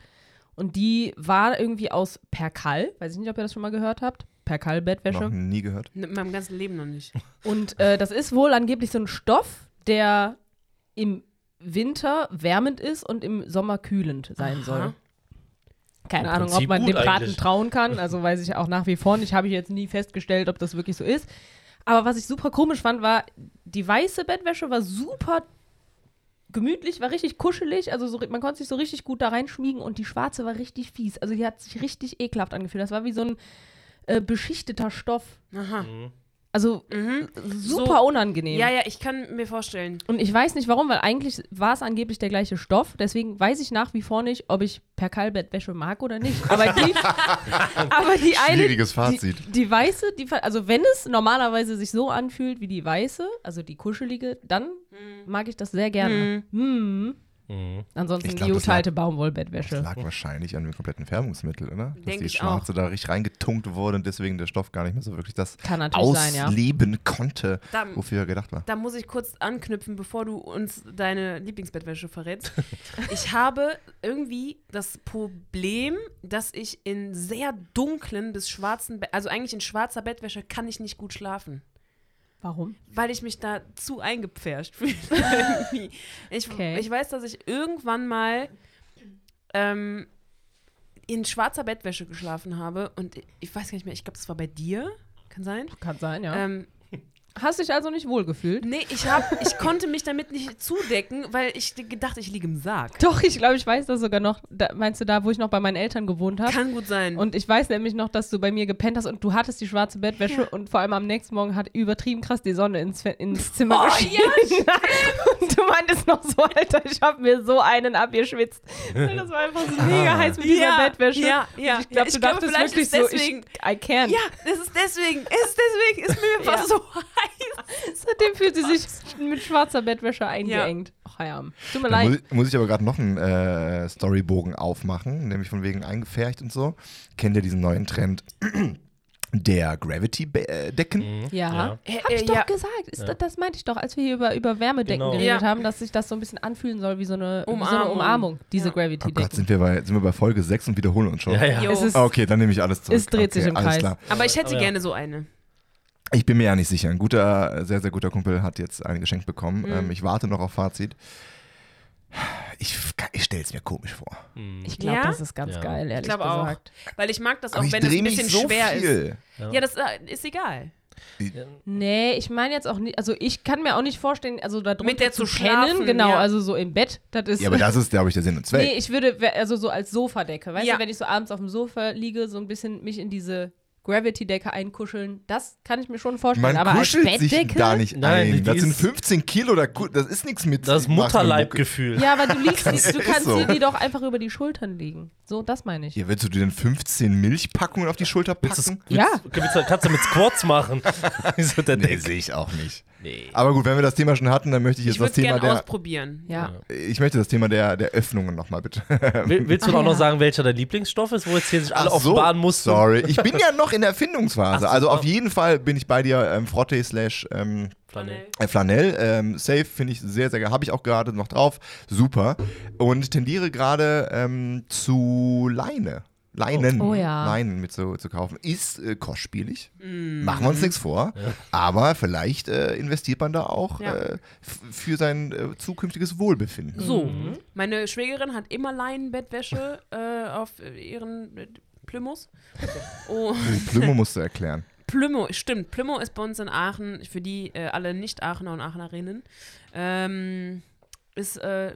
Und die war irgendwie aus Perkal. Weiß ich nicht, ob ihr das schon mal gehört habt. Perkal-Bettwäsche.
Noch nie gehört.
In meinem ganzen Leben noch nicht.
Und äh, das ist wohl angeblich so ein Stoff, der im Winter wärmend ist und im Sommer kühlend sein
Aha.
soll. Keine
Im
Ahnung,
Prinzip
ob man
gut
dem Braten
eigentlich.
trauen kann. Also weiß ich auch nach wie vor nicht. Habe ich jetzt nie festgestellt, ob das wirklich so ist. Aber was ich super komisch fand, war, die weiße Bettwäsche war super gemütlich, war richtig kuschelig. Also so, ri- man konnte sich so richtig gut da reinschmiegen und die schwarze war richtig fies. Also die hat sich richtig ekelhaft angefühlt. Das war wie so ein äh, beschichteter Stoff.
Aha.
Mhm.
Also super
So-
unangenehm.
Ja, ja, ich kann mir vorstellen.
Und ich weiß nicht warum, weil eigentlich war es angeblich der gleiche Stoff. Deswegen weiß ich nach wie vor nicht, ob ich Perkalbettwäsche mag oder nicht. Aber die, aber die eine.
Schwieriges Fazit.
Die, die weiße, die, ver- also wenn es normalerweise sich so anfühlt wie die weiße, also die kuschelige, dann
Hm.
mag ich das sehr
Mhm.
gerne. Hm. Ansonsten
Ich glaub,
die
das
urteilte
Das
Baumwollbettwäsche.
lag wahrscheinlich an dem kompletten Färbungsmittel, oder? Dass
Denk
die
ich
Schwarze da richtig reingetunkt wurde und deswegen der Stoff gar nicht mehr so wirklich das
Kann natürlich sein, ja. Hm.
ausleben konnte,
Da-
wofür er gedacht war.
Da muss ich kurz anknüpfen, bevor du uns deine Lieblingsbettwäsche verrätst. Ich habe irgendwie das Problem, dass ich in sehr dunklen bis schwarzen, Be also eigentlich in schwarzer Bettwäsche kann ich nicht gut schlafen,
Warum?
weil ich mich da zu eingepfercht fühle. Irgendwie. ich,
Okay.
ich weiß, dass ich irgendwann mal ähm, in schwarzer Bettwäsche geschlafen habe und ich weiß gar nicht mehr, ich glaube, das war bei dir Kann sein.
Kann sein, ja.
Ähm,
Hast dich also nicht wohlgefühlt?
nee, ich, hab, ich konnte mich damit nicht zudecken, weil ich gedacht, ich liege im Sarg.
Doch, ich glaube, ich weiß das sogar noch. Da, meinst du da, wo ich noch bei meinen Eltern gewohnt habe?
Kann gut sein.
Und ich weiß nämlich noch, dass du bei mir gepennt hast und du hattest die schwarze Bettwäsche und vor allem am nächsten Morgen hat übertrieben krass die Sonne ins, Fe- ins Zimmer
Oh,
geschienen. und du meintest noch so, Alter, ich habe mir so einen abgeschwitzt. Weil Das war einfach so mega heiß mit dieser
Ah. Ja,
Bettwäsche.
ja, ja.
Und ich glaube,
Ich
du
glaube,
dachtest
vielleicht
wirklich
ist
so, ich,
deswegen-
I can't.
ja, es ist deswegen. Es ist deswegen. Ist mir
Ja.
was so heiß.
Seitdem fühlt
Oh
sie sich mit schwarzer Bettwäsche eingeengt. Ach ja, tut mir
Da muss,
leid.
ich- muss ich aber gerade noch einen äh, Storybogen aufmachen, nämlich von wegen eingefärcht und so. Kennt ihr diesen neuen Trend der äh, Gravity-Decken?
Mhm. Ja.
Ja.
Hab
Äh,
ich
äh,
doch
ja.
gesagt. Ist, das, das meinte ich doch, als wir hier über, über Wärmedecken
Genau.
geredet
Ja.
haben, dass sich das so ein bisschen anfühlen soll wie so eine Umarmung, so eine
Umarmung.
Umarmung diese
Ja.
Oh Gott,
Gravity-Decken.
sind wir, bei, sind wir bei Folge 6 und wiederholen uns schon.
Ja, ja.
Jo.
Es ist-
Ah, Okay, dann nehme ich alles zurück.
Es dreht sich
okay,
im
alles
Kreis.
Klar.
Aber ich hätte
Aber ja.
gerne so eine.
Ich bin mir ja nicht sicher. Ein guter, sehr, sehr guter Kumpel hat jetzt ein Geschenk bekommen. Ähm, ich warte noch auf Fazit. Ich, ich stelle es mir komisch vor.
Ich glaube,
Ja?
das ist ganz
Ja.
geil, ehrlich
Ich glaube auch.
gesagt.
Weil ich mag das
Aber
auch,
ich
wenn es
drehe
ein
mich
bisschen
so
schwer ist.
viel.
Ja.
Ja, das äh, ist egal.
Nee, ich meine jetzt auch nicht, also ich kann mir auch nicht vorstellen, also da drunter
Mit der
zu
zu
pennen,
schlafen,
genau,
ja.
also so im Bett, das ist
Ja, aber das ist, glaube ich, der Sinn und Zweck.
Nee, ich würde, we- also so als Sofadecke, weißt
Ja.
du, wenn ich so abends auf dem Sofa liege, so ein bisschen mich in diese Gravity-Decke einkuscheln, das kann ich mir schon vorstellen.
Man
aber als
kuschelt sich
Bettdecke?
da nicht
Nein, die
ein. Das sind
ist-
15 Kilo, da ku- das ist nichts mit.
Das
machen.
Mutterleibgefühl.
Ja, aber du liegst,
Das
du
ist
kannst
so.
dir die doch einfach über die Schultern liegen. So, das meine ich.
Ja, willst du dir denn 15 Milchpackungen auf die Schulter
Willst du-
packen?
willst-
Ja.
Willst, du- kannst du mit Squats machen? Wieso der
Nee,
Deck?
sehe ich auch nicht.
Nee.
Aber gut, wenn wir das Thema schon hatten, dann möchte ich jetzt
Ich würde
das
es
Thema
gerne
der.
ausprobieren.
Ja.
Ich möchte das Thema der, der Öffnungen nochmal bitte.
Will- Willst du
Ah,
auch noch
ja.
sagen, welcher dein Lieblingsstoff ist, wo jetzt hier sich alle
Ach so,
offenbaren mussten?
Sorry, ich bin ja noch in der Erfindungsphase.
Ach so,
also auf
oh.
jeden Fall bin ich bei dir, ähm, Frotte slash ähm,
Flanell.
äh, Flanell. Ähm, safe finde ich sehr, sehr geil. Habe ich auch gerade noch drauf. Super. Und tendiere gerade ähm, zu Leine. Leinen.
Oh ja. Mm.
Leinen mit zu, zu kaufen. Ist äh, kostspielig. Machen wir uns nichts vor. Aber vielleicht äh, investiert man da auch
Ja.
äh, f- für sein äh, zukünftiges Wohlbefinden.
So,
Mhm.
meine Schwägerin hat immer Leinenbettwäsche äh, auf äh, ihren äh, Plümus. Oh,
Plümo musst du erklären.
Plümo, stimmt. Plümo ist bei uns in Aachen, für die äh, alle Nicht-Aachener und Aachenerinnen, ähm, ist äh,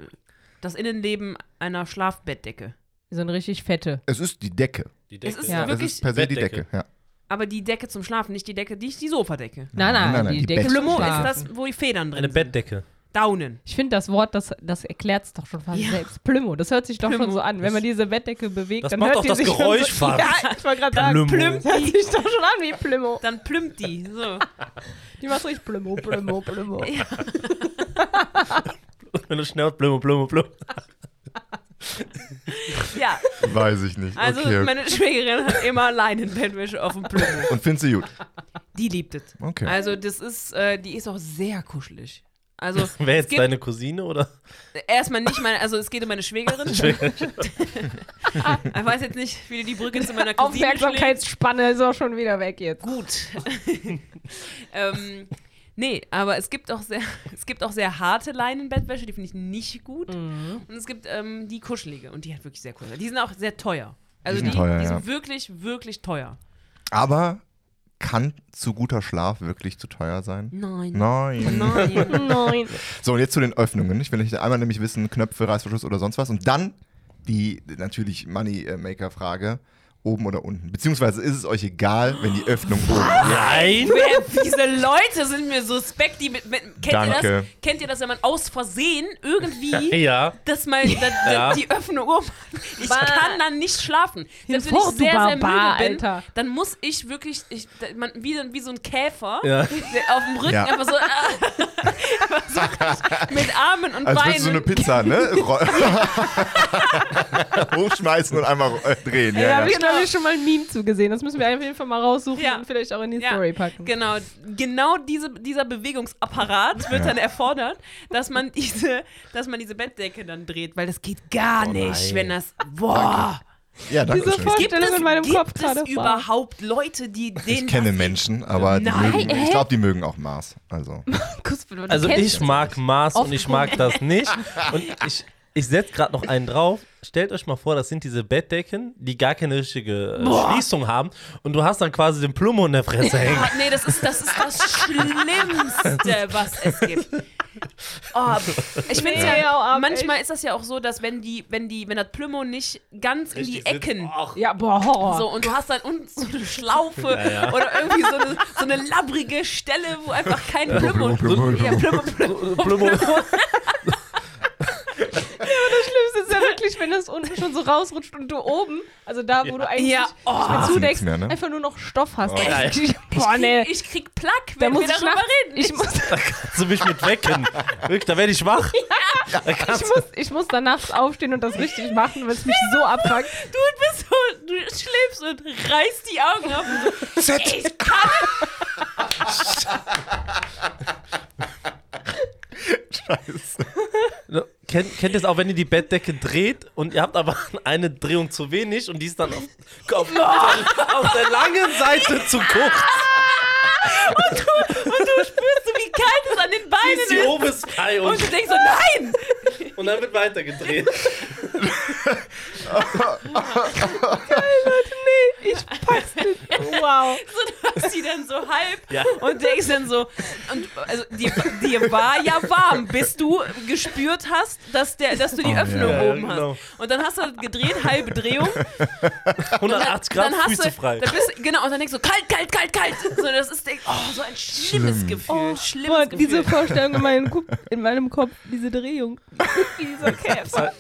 das Innenleben einer Schlafbettdecke.
So eine richtig fette.
Es ist die Decke.
Die
Es ist
Ja.
Es
wirklich
ist per se die
Bettdecke.
Decke. Ja.
Aber die Decke zum Schlafen, nicht die Decke, die, die Sofadecke.
Nein, nein,
Nein, nein,
die,
die
Decke.
Bett-
zum
Plümo ist
Schlafen.
das, wo die Federn drin
Eine
sind.
Bettdecke.
Daunen.
Ich finde das Wort, das, das erklärt es doch schon fast
Ja.
selbst. Plümo, das hört sich doch schon
Plümo.
so an. Wenn man diese Bettdecke bewegt,
Das
dann
macht
hört
doch
die
das
sich
Geräusch
schon so,
fast.
Ja, ich wollte gerade sagen,
Plümo.
Plüm, hört sich doch schon an wie Plümo.
Dann plümpt die. So.
Die macht so richtig Plümo, Plümo, Plümo.
Wenn du schnell blum, blum, blum.
Ja,
Weiß ich nicht.
also
okay.
meine Schwägerin hat immer Leinenbettwäsche auf dem Plümo.
Und findest du gut?
Die liebt es.
Okay.
Also das ist, äh, die ist auch sehr kuschelig. Also
Wer
es
jetzt
gibt
deine Cousine oder?
erstmal nicht meine, also es geht um meine Schwägerin. ich weiß jetzt nicht, wie die Brücke zu meiner Cousine schlägt.
Aufmerksamkeitsspanne ist auch schon wieder weg jetzt.
Gut. ähm, nee, aber es gibt auch sehr, es gibt auch sehr harte Leinenbettwäsche, die finde ich nicht gut. Und es gibt ähm, die kuschelige und die hat wirklich sehr kuschelig. Die sind auch sehr teuer. Also
Die
die,
sind teuer,
die
ja.
sind wirklich, wirklich teuer.
Aber kann zu guter Schlaf wirklich zu teuer sein?
Nein.
Nein.
Nein.
Nein.
So, und jetzt zu den Öffnungen. Ich will nicht einmal nämlich wissen, Knöpfe, Reißverschluss oder sonst was. Und dann die natürlich Moneymaker-Frage. Oben oder unten. Beziehungsweise ist es euch egal, wenn die Öffnung oben ist.
Nein!
Wer, diese Leute sind mir suspekt, die mit, mit kennt ihr
Danke.
das? Kennt ihr das, wenn man aus Versehen irgendwie
Ja.
dass mal da, da,
Ja.
die Öffnung um ich
Bah.
kann dann nicht schlafen. Selbst wenn ich
Hinfort, du
sehr sehr müde
Barbar,
bin,
Alter.
dann muss ich wirklich ich, da, man, wie, wie so ein Käfer der
Ja.
auf dem Rücken
Ja.
einfach so ah, versucht, mit Armen und
Als
Beinen
würdest du Also so eine Pizza, ne? Roll- Hochschmeißen und einmal äh, drehen.
da
Ja,
habe
ja.
ich, glaube ich, schon mal ein Meme zugesehen. Das müssen wir auf jeden Fall mal raussuchen
Ja.
und vielleicht auch in die
Ja,
Story packen.
Genau, genau diese, dieser Bewegungsapparat wird
Ja.
dann erfordert, dass man diese, dass man diese Bettdecke dann dreht, weil das geht gar nicht,
nein.
wenn das. Boah!
ja Oh danke
Diese
schön.
Folge-
Gibt
Stelle
es,
in meinem
gibt
Kopf gerade
es
war.
überhaupt Leute, die den.
Ich kenne Menschen, aber die
Nein,
mögen, ich glaube, die mögen auch Mars. Also.
Kuss, du
Also
kennst
ich
das.
Oh
mag Mars und
Oft
ich mag das nicht. Und ich, Ich setze gerade noch einen drauf. Stellt euch mal vor, das sind diese Bettdecken, die gar keine richtige äh, Schließung haben. Und du hast dann quasi den Plummo in der Fresse hängen.
Ah, nee, das ist, das ist das Schlimmste, was es gibt. Oh, ich finde
Nee, hau
ja,
ab,
manchmal ist das ja auch so, dass wenn die, wenn die, wenn das Plümo nicht ganz in die Ecken
Ja, boah,
Oh.
Horror.
so und du hast dann unten so eine Schlaufe oder irgendwie so eine, so eine labbrige Stelle, wo einfach kein Plümo.
Plümo, Plümo,
Ja,
Plümo.
Plümo, Plümo.
Plümo.
Schlimmste ist ja wirklich, wenn das unten schon so rausrutscht und du oben, also da, wo du eigentlich
Ja, oh.
mit zudeckst,
nichts mehr, ne?
einfach nur noch Stoff hast.
Geil.
Boah, Oh, nee.
Ich krieg Plack,
Da
wenn
muss
wir
ich
darüber
nachts,
reden.
ich muss,
Kannst du mich mit wecken? Wirklich, da werde ich wach. Da
ich,
kannst,
muss, ich muss dann nachts aufstehen und das richtig machen, weil es mich so abfuckt.
Du bist so, du schläfst und reißt die Augen auf und so,
Z.
ich kann
kennt, Ne, kennt ihr es auch, wenn ihr die Bettdecke dreht und ihr habt aber eine Drehung zu wenig und die ist dann auf, auf, auf der langen Seite zu kurz.
spürst du, wie kalt es an den
Die ist die
Beinen ist.
oberste frei
Und du
und,
denkst so, nein!
und dann wird weitergedreht.
Ich pack's nicht. Wow.
So, du hast die dann so halb
Ja.
und denkst dann so, und, also dir, dir war ja warm, bis du gespürt hast, dass, der, dass du die
Oh, ja.
Öffnung
Ja,
oben
genau.
hast. Und dann hast du das gedreht, halbe Drehung.
180 Grad
dann hast
Füße
du,
frei.
Dann bist, du- genau, und dann denkst du, kalt, kalt, kalt, kalt. So, das ist denk- oh, so ein schlimmes
Schlimm.
Gefühl. schlimmes
Boah,
Gefühl.
diese Vorstellung in meinem, Kup in meinem Kopf, diese Drehung. Dieser Käfer.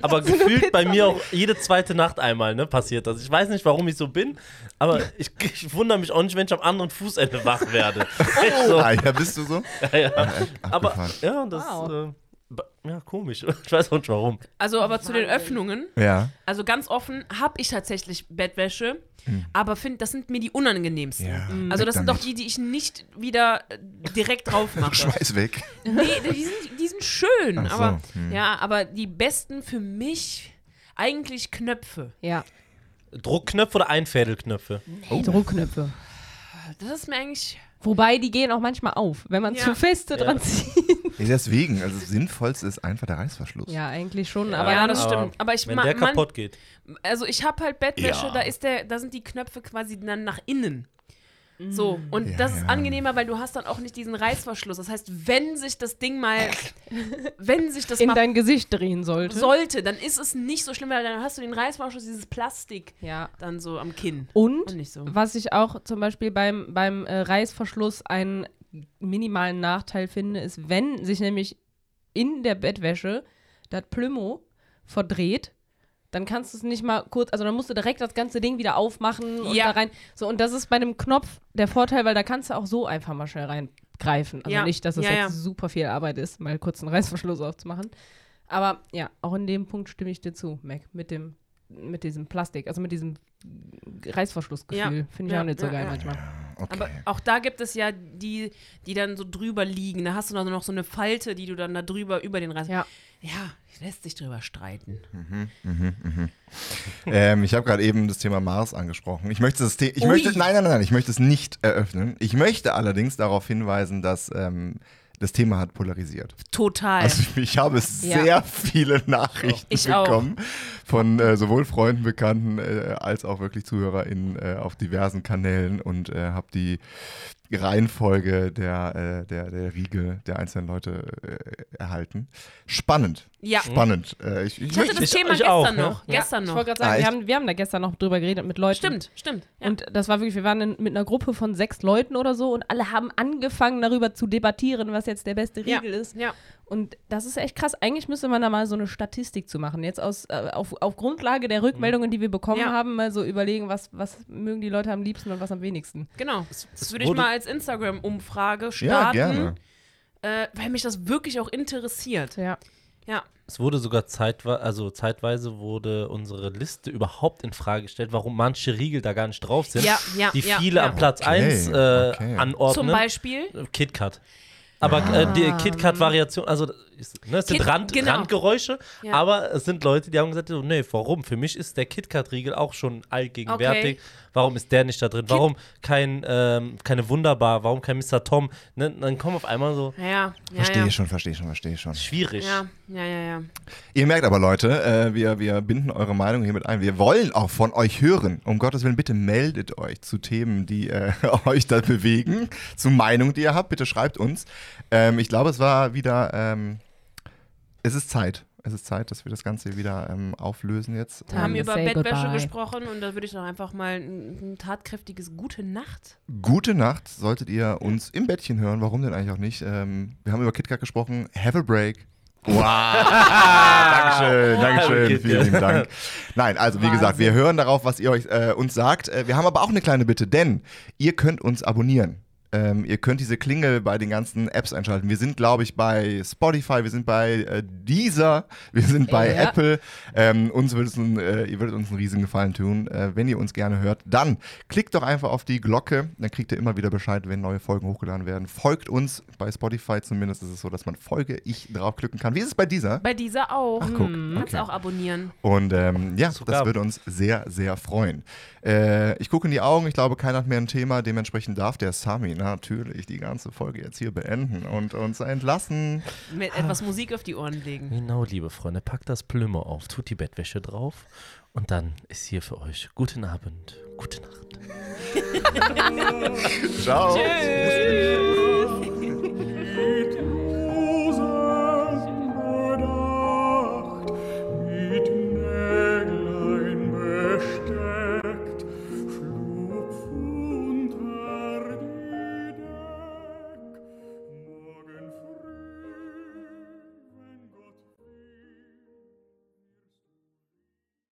Aber gefühlt bei mir auch jede zweite Nacht einmal ne, passiert das. Ich weiß nicht, warum ich so bin, aber ich, ich wundere mich auch nicht, wenn ich am anderen Fußende wach werde.
Oh.
Echt so.
Ah, ja, bist du so?
Ja, ja. Aber
Abgefahren.
ja, das
Wow.
äh, ba- ja komisch. Ich weiß auch nicht warum.
also, aber zu den Öffnungen.
Ja.
Also ganz offen habe ich tatsächlich Bettwäsche, aber finde, das sind mir die unangenehmsten.
Hm. Ja, Mhm.
Also
weg
das sind doch
damit.
die, die ich nicht wieder äh, direkt drauf mache.
Schmeiß weg.
nee, die sind, die sind schön,
Ach so, hm.
aber ja, aber die besten für mich eigentlich Knöpfe.
Ja,
Druckknöpfe oder Einfädelknöpfe?
Oh.
die Druckknöpfe.
Das ist mir eigentlich
Wobei, die gehen auch manchmal auf, wenn man
Ja.
zu feste
Ja.
dran zieht.
Ja, deswegen, also das Sinnvollste ist einfach der Reißverschluss.
Ja, eigentlich schon,
Ja.
aber
ja,
dann-
das
aber
stimmt. Aber ich
Wenn
ma-
der
man-
kaputt geht.
Also ich habe halt Bettwäsche,
Ja.
da ist der, da sind die Knöpfe quasi dann nach innen. So,
Mm.
und
Ja,
das ist
ja.
angenehmer, weil du hast dann auch nicht diesen Reißverschluss. Das heißt, wenn sich das Ding mal, wenn sich das
in
mal
dein Gesicht drehen sollte.
sollte, dann ist es nicht so schlimm, weil dann hast du den Reißverschluss, dieses Plastik
ja.
dann so am Kinn. Und
Und
nicht so.
was ich auch zum Beispiel beim, beim äh, Reißverschluss einen minimalen Nachteil finde, ist, wenn sich nämlich in der Bettwäsche das Plümo verdreht, dann kannst du es nicht mal kurz, also dann musst du direkt das ganze Ding wieder aufmachen und
Ja.
da rein. So, und das ist bei einem Knopf der Vorteil, weil da kannst du auch so einfach mal schnell reingreifen. Also
Ja.
nicht, dass es
Ja,
jetzt
ja.
super viel Arbeit ist, mal kurz einen Reißverschluss aufzumachen. Aber ja, auch in dem Punkt stimme ich dir zu, Mac, mit dem mit diesem Plastik, also mit diesem Reißverschlussgefühl.
Ja.
Finde ich
Ja,
auch nicht so
ja,
geil
ja.
manchmal.
Okay.
Aber auch da gibt es ja die, die dann so drüber liegen. Da hast du dann noch so eine Falte, die du dann da drüber über den Reißverschluss.
Ja.
Ja, lässt sich drüber streiten.
Ähm, ich habe gerade eben das Thema Mars angesprochen. Ich möchte das The ich
Ui.
möchte nein, nein, nein, nein, ich möchte es nicht eröffnen. Ich möchte allerdings darauf hinweisen, dass ähm, das Thema hat polarisiert.
Total.
Also ich, ich habe
Ja.
sehr viele Nachrichten
Ich auch.
bekommen von äh, sowohl Freunden, Bekannten äh, als auch wirklich ZuhörerInnen äh, auf diversen Kanälen und äh, habe die Reihenfolge der, äh, der, der Riege der einzelnen Leute äh, erhalten. Spannend.
Ja.
Spannend. Äh, ich, ich,
ich hatte
möchte,
das
Ich-
Thema
ich
gestern
auch, ja.
noch. Gestern
ja, Ich
noch.
wollte gerade sagen,
Ah,
wir
echt?
haben, wir haben da gestern noch drüber geredet mit Leuten.
Stimmt, stimmt. Ja.
Und das war wirklich, wir waren in, mit einer Gruppe von sechs Leuten oder so und alle haben angefangen darüber zu debattieren, was jetzt der beste
ja.
Riegel ist.
Ja.
Und das ist echt krass. Eigentlich müsste man da mal so eine Statistik zu machen. Jetzt aus, äh, auf, auf Grundlage
Mhm.
der Rückmeldungen, die wir bekommen
Ja.
haben, mal so überlegen, was, was mögen die Leute am liebsten und was am wenigsten.
Genau.
es
Das würde ich
wurde-
mal als Instagram-Umfrage
ja,
starten,
gerne.
Äh, weil mich das wirklich auch interessiert.
Ja.
Ja.
Es wurde sogar zeitweise, also zeitweise wurde unsere Liste überhaupt in Frage gestellt, warum manche Riegel da gar nicht drauf sind,
Ja, ja,
die
ja,
viele
ja.
am Platz
Okay,
1 äh,
okay.
anordnen.
Zum Beispiel. Ah.
KitKat. Aber äh, die KitKat-Variation, also ist, ne, es sind
Kit-
Rand,
genau.
Randgeräusche,
Ja.
aber es sind Leute, die haben gesagt, so, nee, warum? Für mich ist der KitKat-Riegel auch schon allgegenwärtig.
Okay.
Warum ist der nicht da drin? Warum kein, ähm, keine Wunderbar? Warum kein Mr. Tom? Ne, dann kommen auf einmal so,
Ja, ja. ja
Verstehe
ja.
schon, verstehe schon, verstehe schon.
schwierig.
Ja, ja, ja, ja.
Ihr merkt aber, Leute, äh, wir, wir binden eure Meinung hiermit ein. Wir wollen auch von euch hören. Um Gottes Willen, bitte meldet euch zu Themen, die äh, euch da bewegen, zu Meinungen, die ihr habt. Bitte schreibt uns. Ähm, ich glaube, es war wieder. Ähm, es ist Zeit. Es ist Zeit, dass wir das Ganze wieder ähm, auflösen jetzt.
Wir haben
to
über
say
Bettwäsche
goodbye.
gesprochen und da würde ich doch einfach mal ein, ein tatkräftiges Gute Nacht.
Gute Nacht, solltet ihr uns im Bettchen hören. Warum denn eigentlich auch nicht? Ähm, wir haben über KitKat gesprochen. Have a break. Wow. Dankeschön, Dankeschön,
KitKat.
vielen lieben Dank. Nein, also wie gesagt, wir hören darauf, was ihr euch, äh, uns sagt. Äh, wir haben aber auch eine kleine Bitte, denn ihr könnt uns abonnieren. Ähm, ihr könnt diese Klingel bei den ganzen Apps einschalten. Wir sind, glaube ich, bei Spotify, wir sind bei äh, Deezer, wir sind bei
Ja.
Apple. Ähm, uns würdet es ein, äh, ihr würdet uns einen riesigen Gefallen tun, äh, wenn ihr uns gerne hört. Dann klickt doch einfach auf die Glocke, dann kriegt ihr immer wieder Bescheid, wenn neue Folgen hochgeladen werden. Folgt uns bei Spotify zumindest, ist es so, dass man Folge ich draufklicken kann. Wie ist es bei Deezer?
Bei dieser auch. Hm.
Ach, guck,
Kannst
okay.
auch abonnieren.
Und ähm, ja,
Sogar.
das würde uns sehr, sehr freuen. Äh, ich gucke in die Augen, ich glaube, keiner hat mehr ein Thema. Dementsprechend darf der Sami natürlich die ganze Folge jetzt hier beenden und uns entlassen.
Mit etwas Musik auf die Ohren legen.
Genau, liebe Freunde, packt das Plümer auf, tut die Bettwäsche drauf und dann ist hier für euch guten Abend, gute Nacht.
Ciao.
Tschüss.